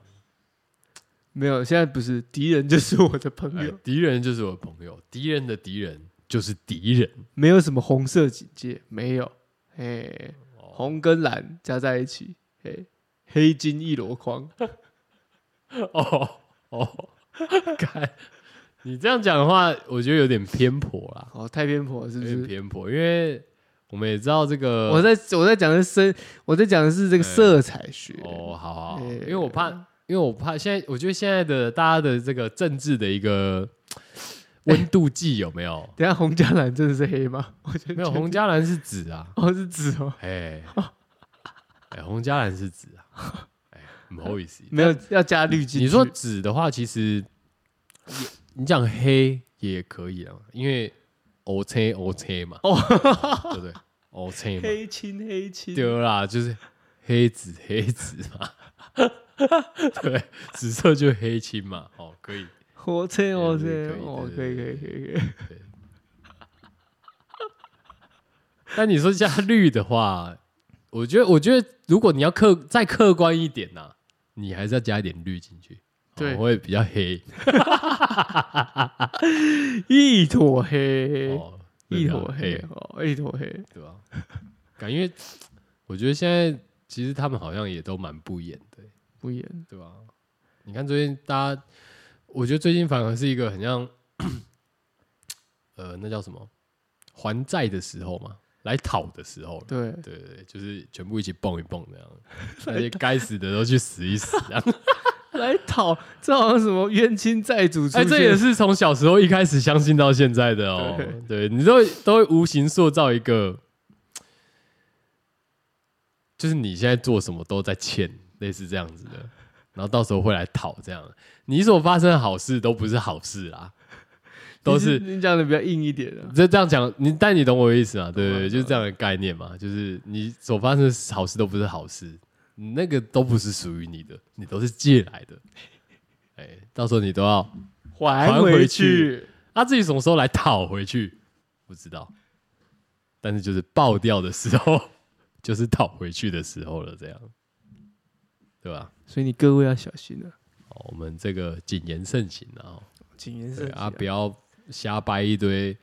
Speaker 2: 没有，现在不是敌人就是我的朋
Speaker 1: 哎
Speaker 2: 友，
Speaker 1: 敌人就是我的朋友，敌人的敌人就是敌人。
Speaker 2: 没有什么红色警戒，没有。哎，
Speaker 1: 哦，
Speaker 2: 红跟蓝加在一起，哎，黑金一箩筐。
Speaker 1: 哦 哦，看你这样讲的话，我觉得有点偏颇啦，
Speaker 2: 哦，太偏颇了是
Speaker 1: 有
Speaker 2: 不
Speaker 1: 点
Speaker 2: 是？
Speaker 1: 偏颇，因为我们也知道这个。
Speaker 2: 我在我在讲的是深，我在讲的是这个
Speaker 1: 哎
Speaker 2: 色彩学。
Speaker 1: 哦，好好好，
Speaker 2: 哎
Speaker 1: 因为我怕，因为我怕现在，我觉得现在的大家的这个政治的一个温度计有 没有？
Speaker 2: 等一下红加蓝真的是黑吗？ 我觉得
Speaker 1: 没有，红加蓝是紫啊。
Speaker 2: 哦是紫哦，
Speaker 1: 哎，哎，洪嘉兰是紫啊，哎，不好意思，
Speaker 2: 没有要加滤镜。
Speaker 1: 你说紫的话，其实也你讲黑也可以啊，因为 O C O C 嘛，
Speaker 2: 哦
Speaker 1: 对不对？O C 嘛，
Speaker 2: 黑青黑青，
Speaker 1: 对啦，就是黑紫黑紫嘛，对，紫色就黑青嘛，哦，可以，
Speaker 2: 我这我
Speaker 1: 对
Speaker 2: 这
Speaker 1: 对
Speaker 2: 哦可
Speaker 1: 对
Speaker 2: 以
Speaker 1: 对
Speaker 2: 可以可以可以。
Speaker 1: 对。但你说加绿的话，我觉得，我觉得如果你要客再客观一点呐、啊你还是要加一点绿进去，
Speaker 2: 对
Speaker 1: 哦会比较黑，
Speaker 2: 一坨黑，
Speaker 1: 哦，会比
Speaker 2: 一
Speaker 1: 较
Speaker 2: 坨黑，哦，一坨黑。
Speaker 1: 对吧？ 感觉我觉得现在其实他们好像也都蛮不演的、欸
Speaker 2: 不演，
Speaker 1: 对吧？你看最近大家，我觉得最近反而是一个很像，呃，那叫什么还债的时候嘛，来讨的时候了。
Speaker 2: 对，
Speaker 1: 对对对，就是全部一起蹦一蹦这 样，那些该死的都去死一死这样。
Speaker 2: 来讨，这好像什么冤亲债主出
Speaker 1: 哎，
Speaker 2: 现，
Speaker 1: 这也是从小时候一开始相信到现在的哦。对你都会都会无形塑造一个，就是你现在做什么都在欠，类似这样子的，然后到时候会来讨这样。你所发生的好事都不是好事啦，都是
Speaker 2: 你你讲的比较硬一点啊。
Speaker 1: 就这样讲，你但你懂我的意思嘛？对
Speaker 2: 懂
Speaker 1: 对
Speaker 2: 啊
Speaker 1: 对，就是这样的概念嘛，就是你所发生的好事都不是好事，那个都不是属于你的，你都是借来的。哎，到时候你都要，还
Speaker 2: 还
Speaker 1: 回
Speaker 2: 回
Speaker 1: 去，啊，自己什么时候来讨回去，不知道。但是就是爆掉的时候， 就是讨回去的时候了，这样，对吧？
Speaker 2: 所以你各位要小心啊，
Speaker 1: 哦，我们这个谨言慎行啊，哦
Speaker 2: 谨言
Speaker 1: 对
Speaker 2: 慎
Speaker 1: 啊，
Speaker 2: 行。
Speaker 1: 不要瞎掰一堆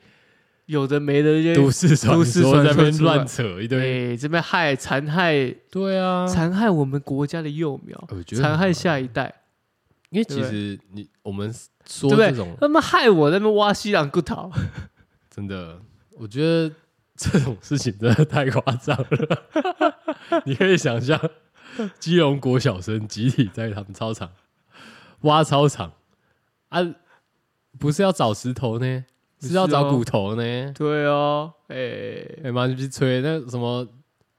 Speaker 2: 有的没的就
Speaker 1: 都市传
Speaker 2: 都市
Speaker 1: 说
Speaker 2: 传
Speaker 1: 在那边
Speaker 2: 说出来
Speaker 1: 乱扯一堆。
Speaker 2: 对，这边害残害
Speaker 1: 对啊，
Speaker 2: 残害我们国家的幼苗，
Speaker 1: 我觉得
Speaker 2: 残
Speaker 1: 很啊
Speaker 2: 害
Speaker 1: 麻
Speaker 2: 下一代，
Speaker 1: 因为
Speaker 2: 对
Speaker 1: 其
Speaker 2: 不对
Speaker 1: 实你我们说
Speaker 2: 对不
Speaker 1: 这
Speaker 2: 对
Speaker 1: 种？
Speaker 2: 他们害我在那边挖西洋骨头，
Speaker 1: 真的，我觉得这种事情真的太夸张了。 你可以想象，基隆国小生集体在他们操场挖操场啊，不是要找石头呢，
Speaker 2: 不
Speaker 1: 是要
Speaker 2: 是
Speaker 1: 找
Speaker 2: 哦
Speaker 1: 骨头呢。
Speaker 2: 对哦，哎、
Speaker 1: 哎妈，你去吹那什么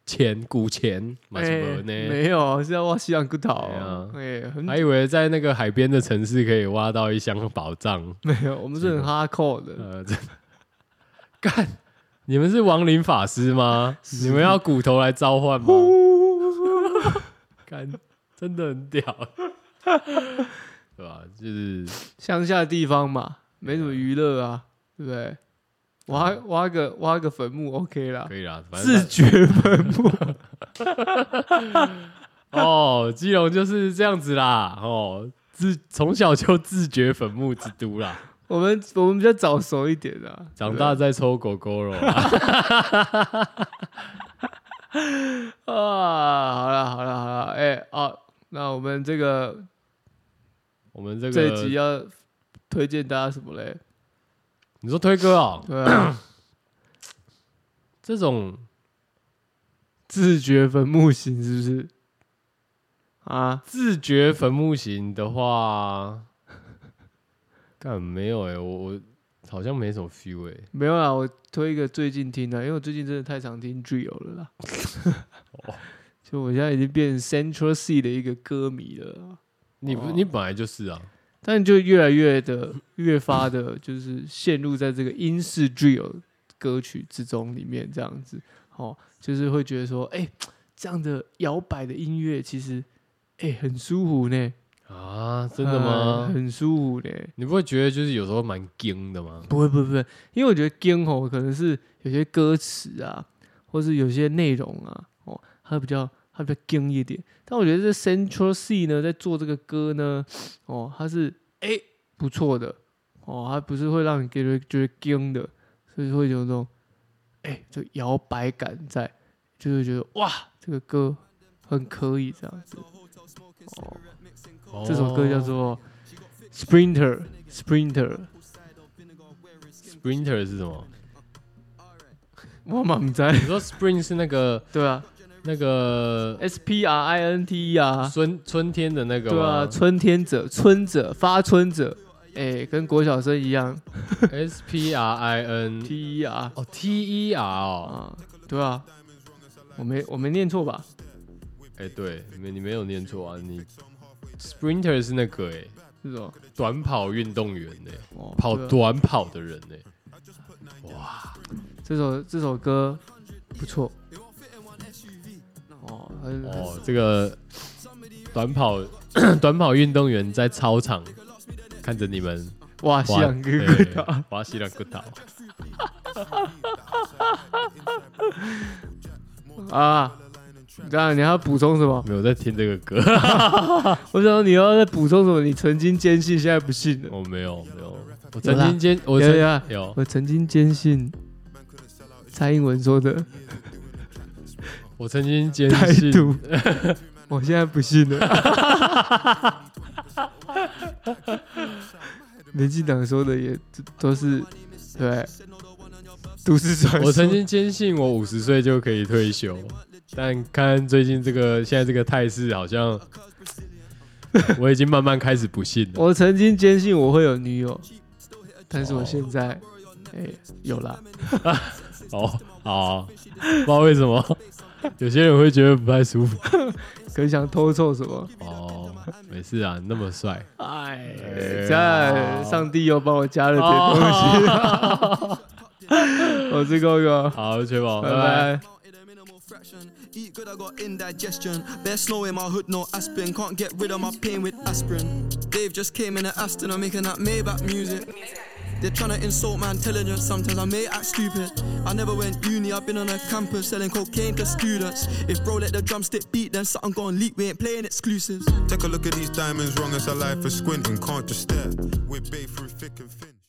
Speaker 1: 钱古钱买什么
Speaker 2: 哎
Speaker 1: 呢？
Speaker 2: 没有，是要挖西洋骨头
Speaker 1: 对啊，
Speaker 2: 哎、很
Speaker 1: 还以为在那个海边的城市可以挖到一箱宝藏。
Speaker 2: 没有，我们是很哈扣的，
Speaker 1: 呃，这干，你们是亡灵法师吗？你们要骨头来召唤吗？干，真的很屌，对吧？就是
Speaker 2: 乡下地方嘛，没什么娱乐
Speaker 1: 哎
Speaker 2: 啊，对不对？挖挖个挖个坟墓 OK 啦
Speaker 1: 嗯可，以啊啦，反
Speaker 2: 自
Speaker 1: 正
Speaker 2: 掘坟墓，
Speaker 1: 哦，基隆就是这样子啦，哦，自从小就自觉坟墓之都啦，
Speaker 2: 我们我们比较早熟一点啊，
Speaker 1: 长
Speaker 2: 对
Speaker 1: 大再抽狗狗肉啦，
Speaker 2: 啊，好了好了好了，哎、啊，那我们这个
Speaker 1: 我们这
Speaker 2: 这一集啊
Speaker 1: 个，
Speaker 2: 要推荐大家什么嘞？
Speaker 1: 你说推歌哦，
Speaker 2: 对啊，
Speaker 1: 这种
Speaker 2: 自掘坟墓型是不是？啊，
Speaker 1: 自觉坟墓型的话， 干没有哎、我我好像没什么 feel 哎、
Speaker 2: 没有啦，我推一个最近听的，因为我最近真的太常听 drill 了啦。 就我现在已经变成 Central C 的一个歌迷了啦，
Speaker 1: 你不、
Speaker 2: 哦
Speaker 1: 你本来就是啊，
Speaker 2: 但就越来越的越发的，就是陷入在这个英式 drill 歌曲之中里面，这样子，哦，就是会觉得说，哎、这样的摇摆的音乐其实，哎、很舒服呢，
Speaker 1: 啊，真的吗？
Speaker 2: 哎很舒服呢，
Speaker 1: 你不会觉得就是有时候蛮惊的吗？
Speaker 2: 不会不会不会，因为我觉得 gang 吼可能是有些歌词啊，或是有些内容啊，哦，它比较它比较 gang 一点。但我觉得这 Central C 呢，在做这个歌呢，哦，它是哎、不错的，哦，它不是会让你觉得觉得 gang 的，所以会有那种哎、就摇摆感在，就会觉得哇，这个歌很可以这样子。哦， 这首歌叫做 Sprinter Sprinter，
Speaker 1: Sprinter 是什么？
Speaker 2: 我满在
Speaker 1: 你说 Spring 是那个
Speaker 2: 对啊
Speaker 1: 那个
Speaker 2: ，S P R I N T E 啊，
Speaker 1: 春春天的那个
Speaker 2: 对啊，
Speaker 1: 吗？
Speaker 2: 春天者、春者、发春者，哎，跟国小生一样
Speaker 1: S P R I N
Speaker 2: ，T E R
Speaker 1: 哦 T E R 哦，
Speaker 2: 啊，对啊，我没我没念错吧？
Speaker 1: 哎、对，你没你没有念错啊，你 Sprinter 是那个哎、
Speaker 2: 是哦，
Speaker 1: 短跑运动员哎、
Speaker 2: 哦
Speaker 1: 跑
Speaker 2: 对啊
Speaker 1: 短跑的人哎、哇，
Speaker 2: 这首这首歌不错。哦，很
Speaker 1: 哦，这个短跑 短跑运动员在操场看着你们
Speaker 2: 哇，西
Speaker 1: 滑
Speaker 2: 洋啊哥哥
Speaker 1: 对滑西凉骨头，
Speaker 2: 啊！当然，你还要补充什么？
Speaker 1: 没有在听这个歌，
Speaker 2: 我想说你要再补充什么？你曾经坚信，现在不信了。
Speaker 1: 我哦没有没有，我
Speaker 2: 有
Speaker 1: 曾
Speaker 2: 啦
Speaker 1: 经坚我
Speaker 2: 有
Speaker 1: 曾
Speaker 2: 有
Speaker 1: 有
Speaker 2: 我曾经坚信蔡英文说的
Speaker 1: 我曾经坚
Speaker 2: 态
Speaker 1: 信
Speaker 2: 度，我现在不信了。 民进党说的也都都是对都市传说。
Speaker 1: 我曾经坚信我五十岁就可以退休，但看最近这个现在这个态势，好 像我已经慢慢开始不信了。
Speaker 2: 我曾经坚信我会有女友，但是我现在，哎、有了。
Speaker 1: 哦，好啊、不知道为什么有些人会觉得不太舒服。
Speaker 2: 可是想偷凑什么？
Speaker 1: 哦，没事啊，那么帅。
Speaker 2: 哎
Speaker 1: 哎，哦
Speaker 2: 在
Speaker 1: 好
Speaker 2: 上帝又帮我加了点
Speaker 1: 哎
Speaker 2: 东西。 我是哥 哥，
Speaker 1: 好，确保，
Speaker 2: 拜
Speaker 1: 拜拜。
Speaker 2: 拜。
Speaker 3: In a minimal fraction. Eat good, I got indigestion. Bare snow in my hood, no aspirin. Can't get rid of my pain with aspirin. Dave just came in at Aston, I'm making that Maybach music. They're trying to insult my intelligence, sometimes I may act stupid. I never went uni, I've been on a campus selling cocaine to students. If bro let the drumstick beat, then something gon' leak, we ain't playing exclusives.
Speaker 4: Take a look at these diamonds, wrong as a life for squinting, can't just stare. We're bay through thick and thin.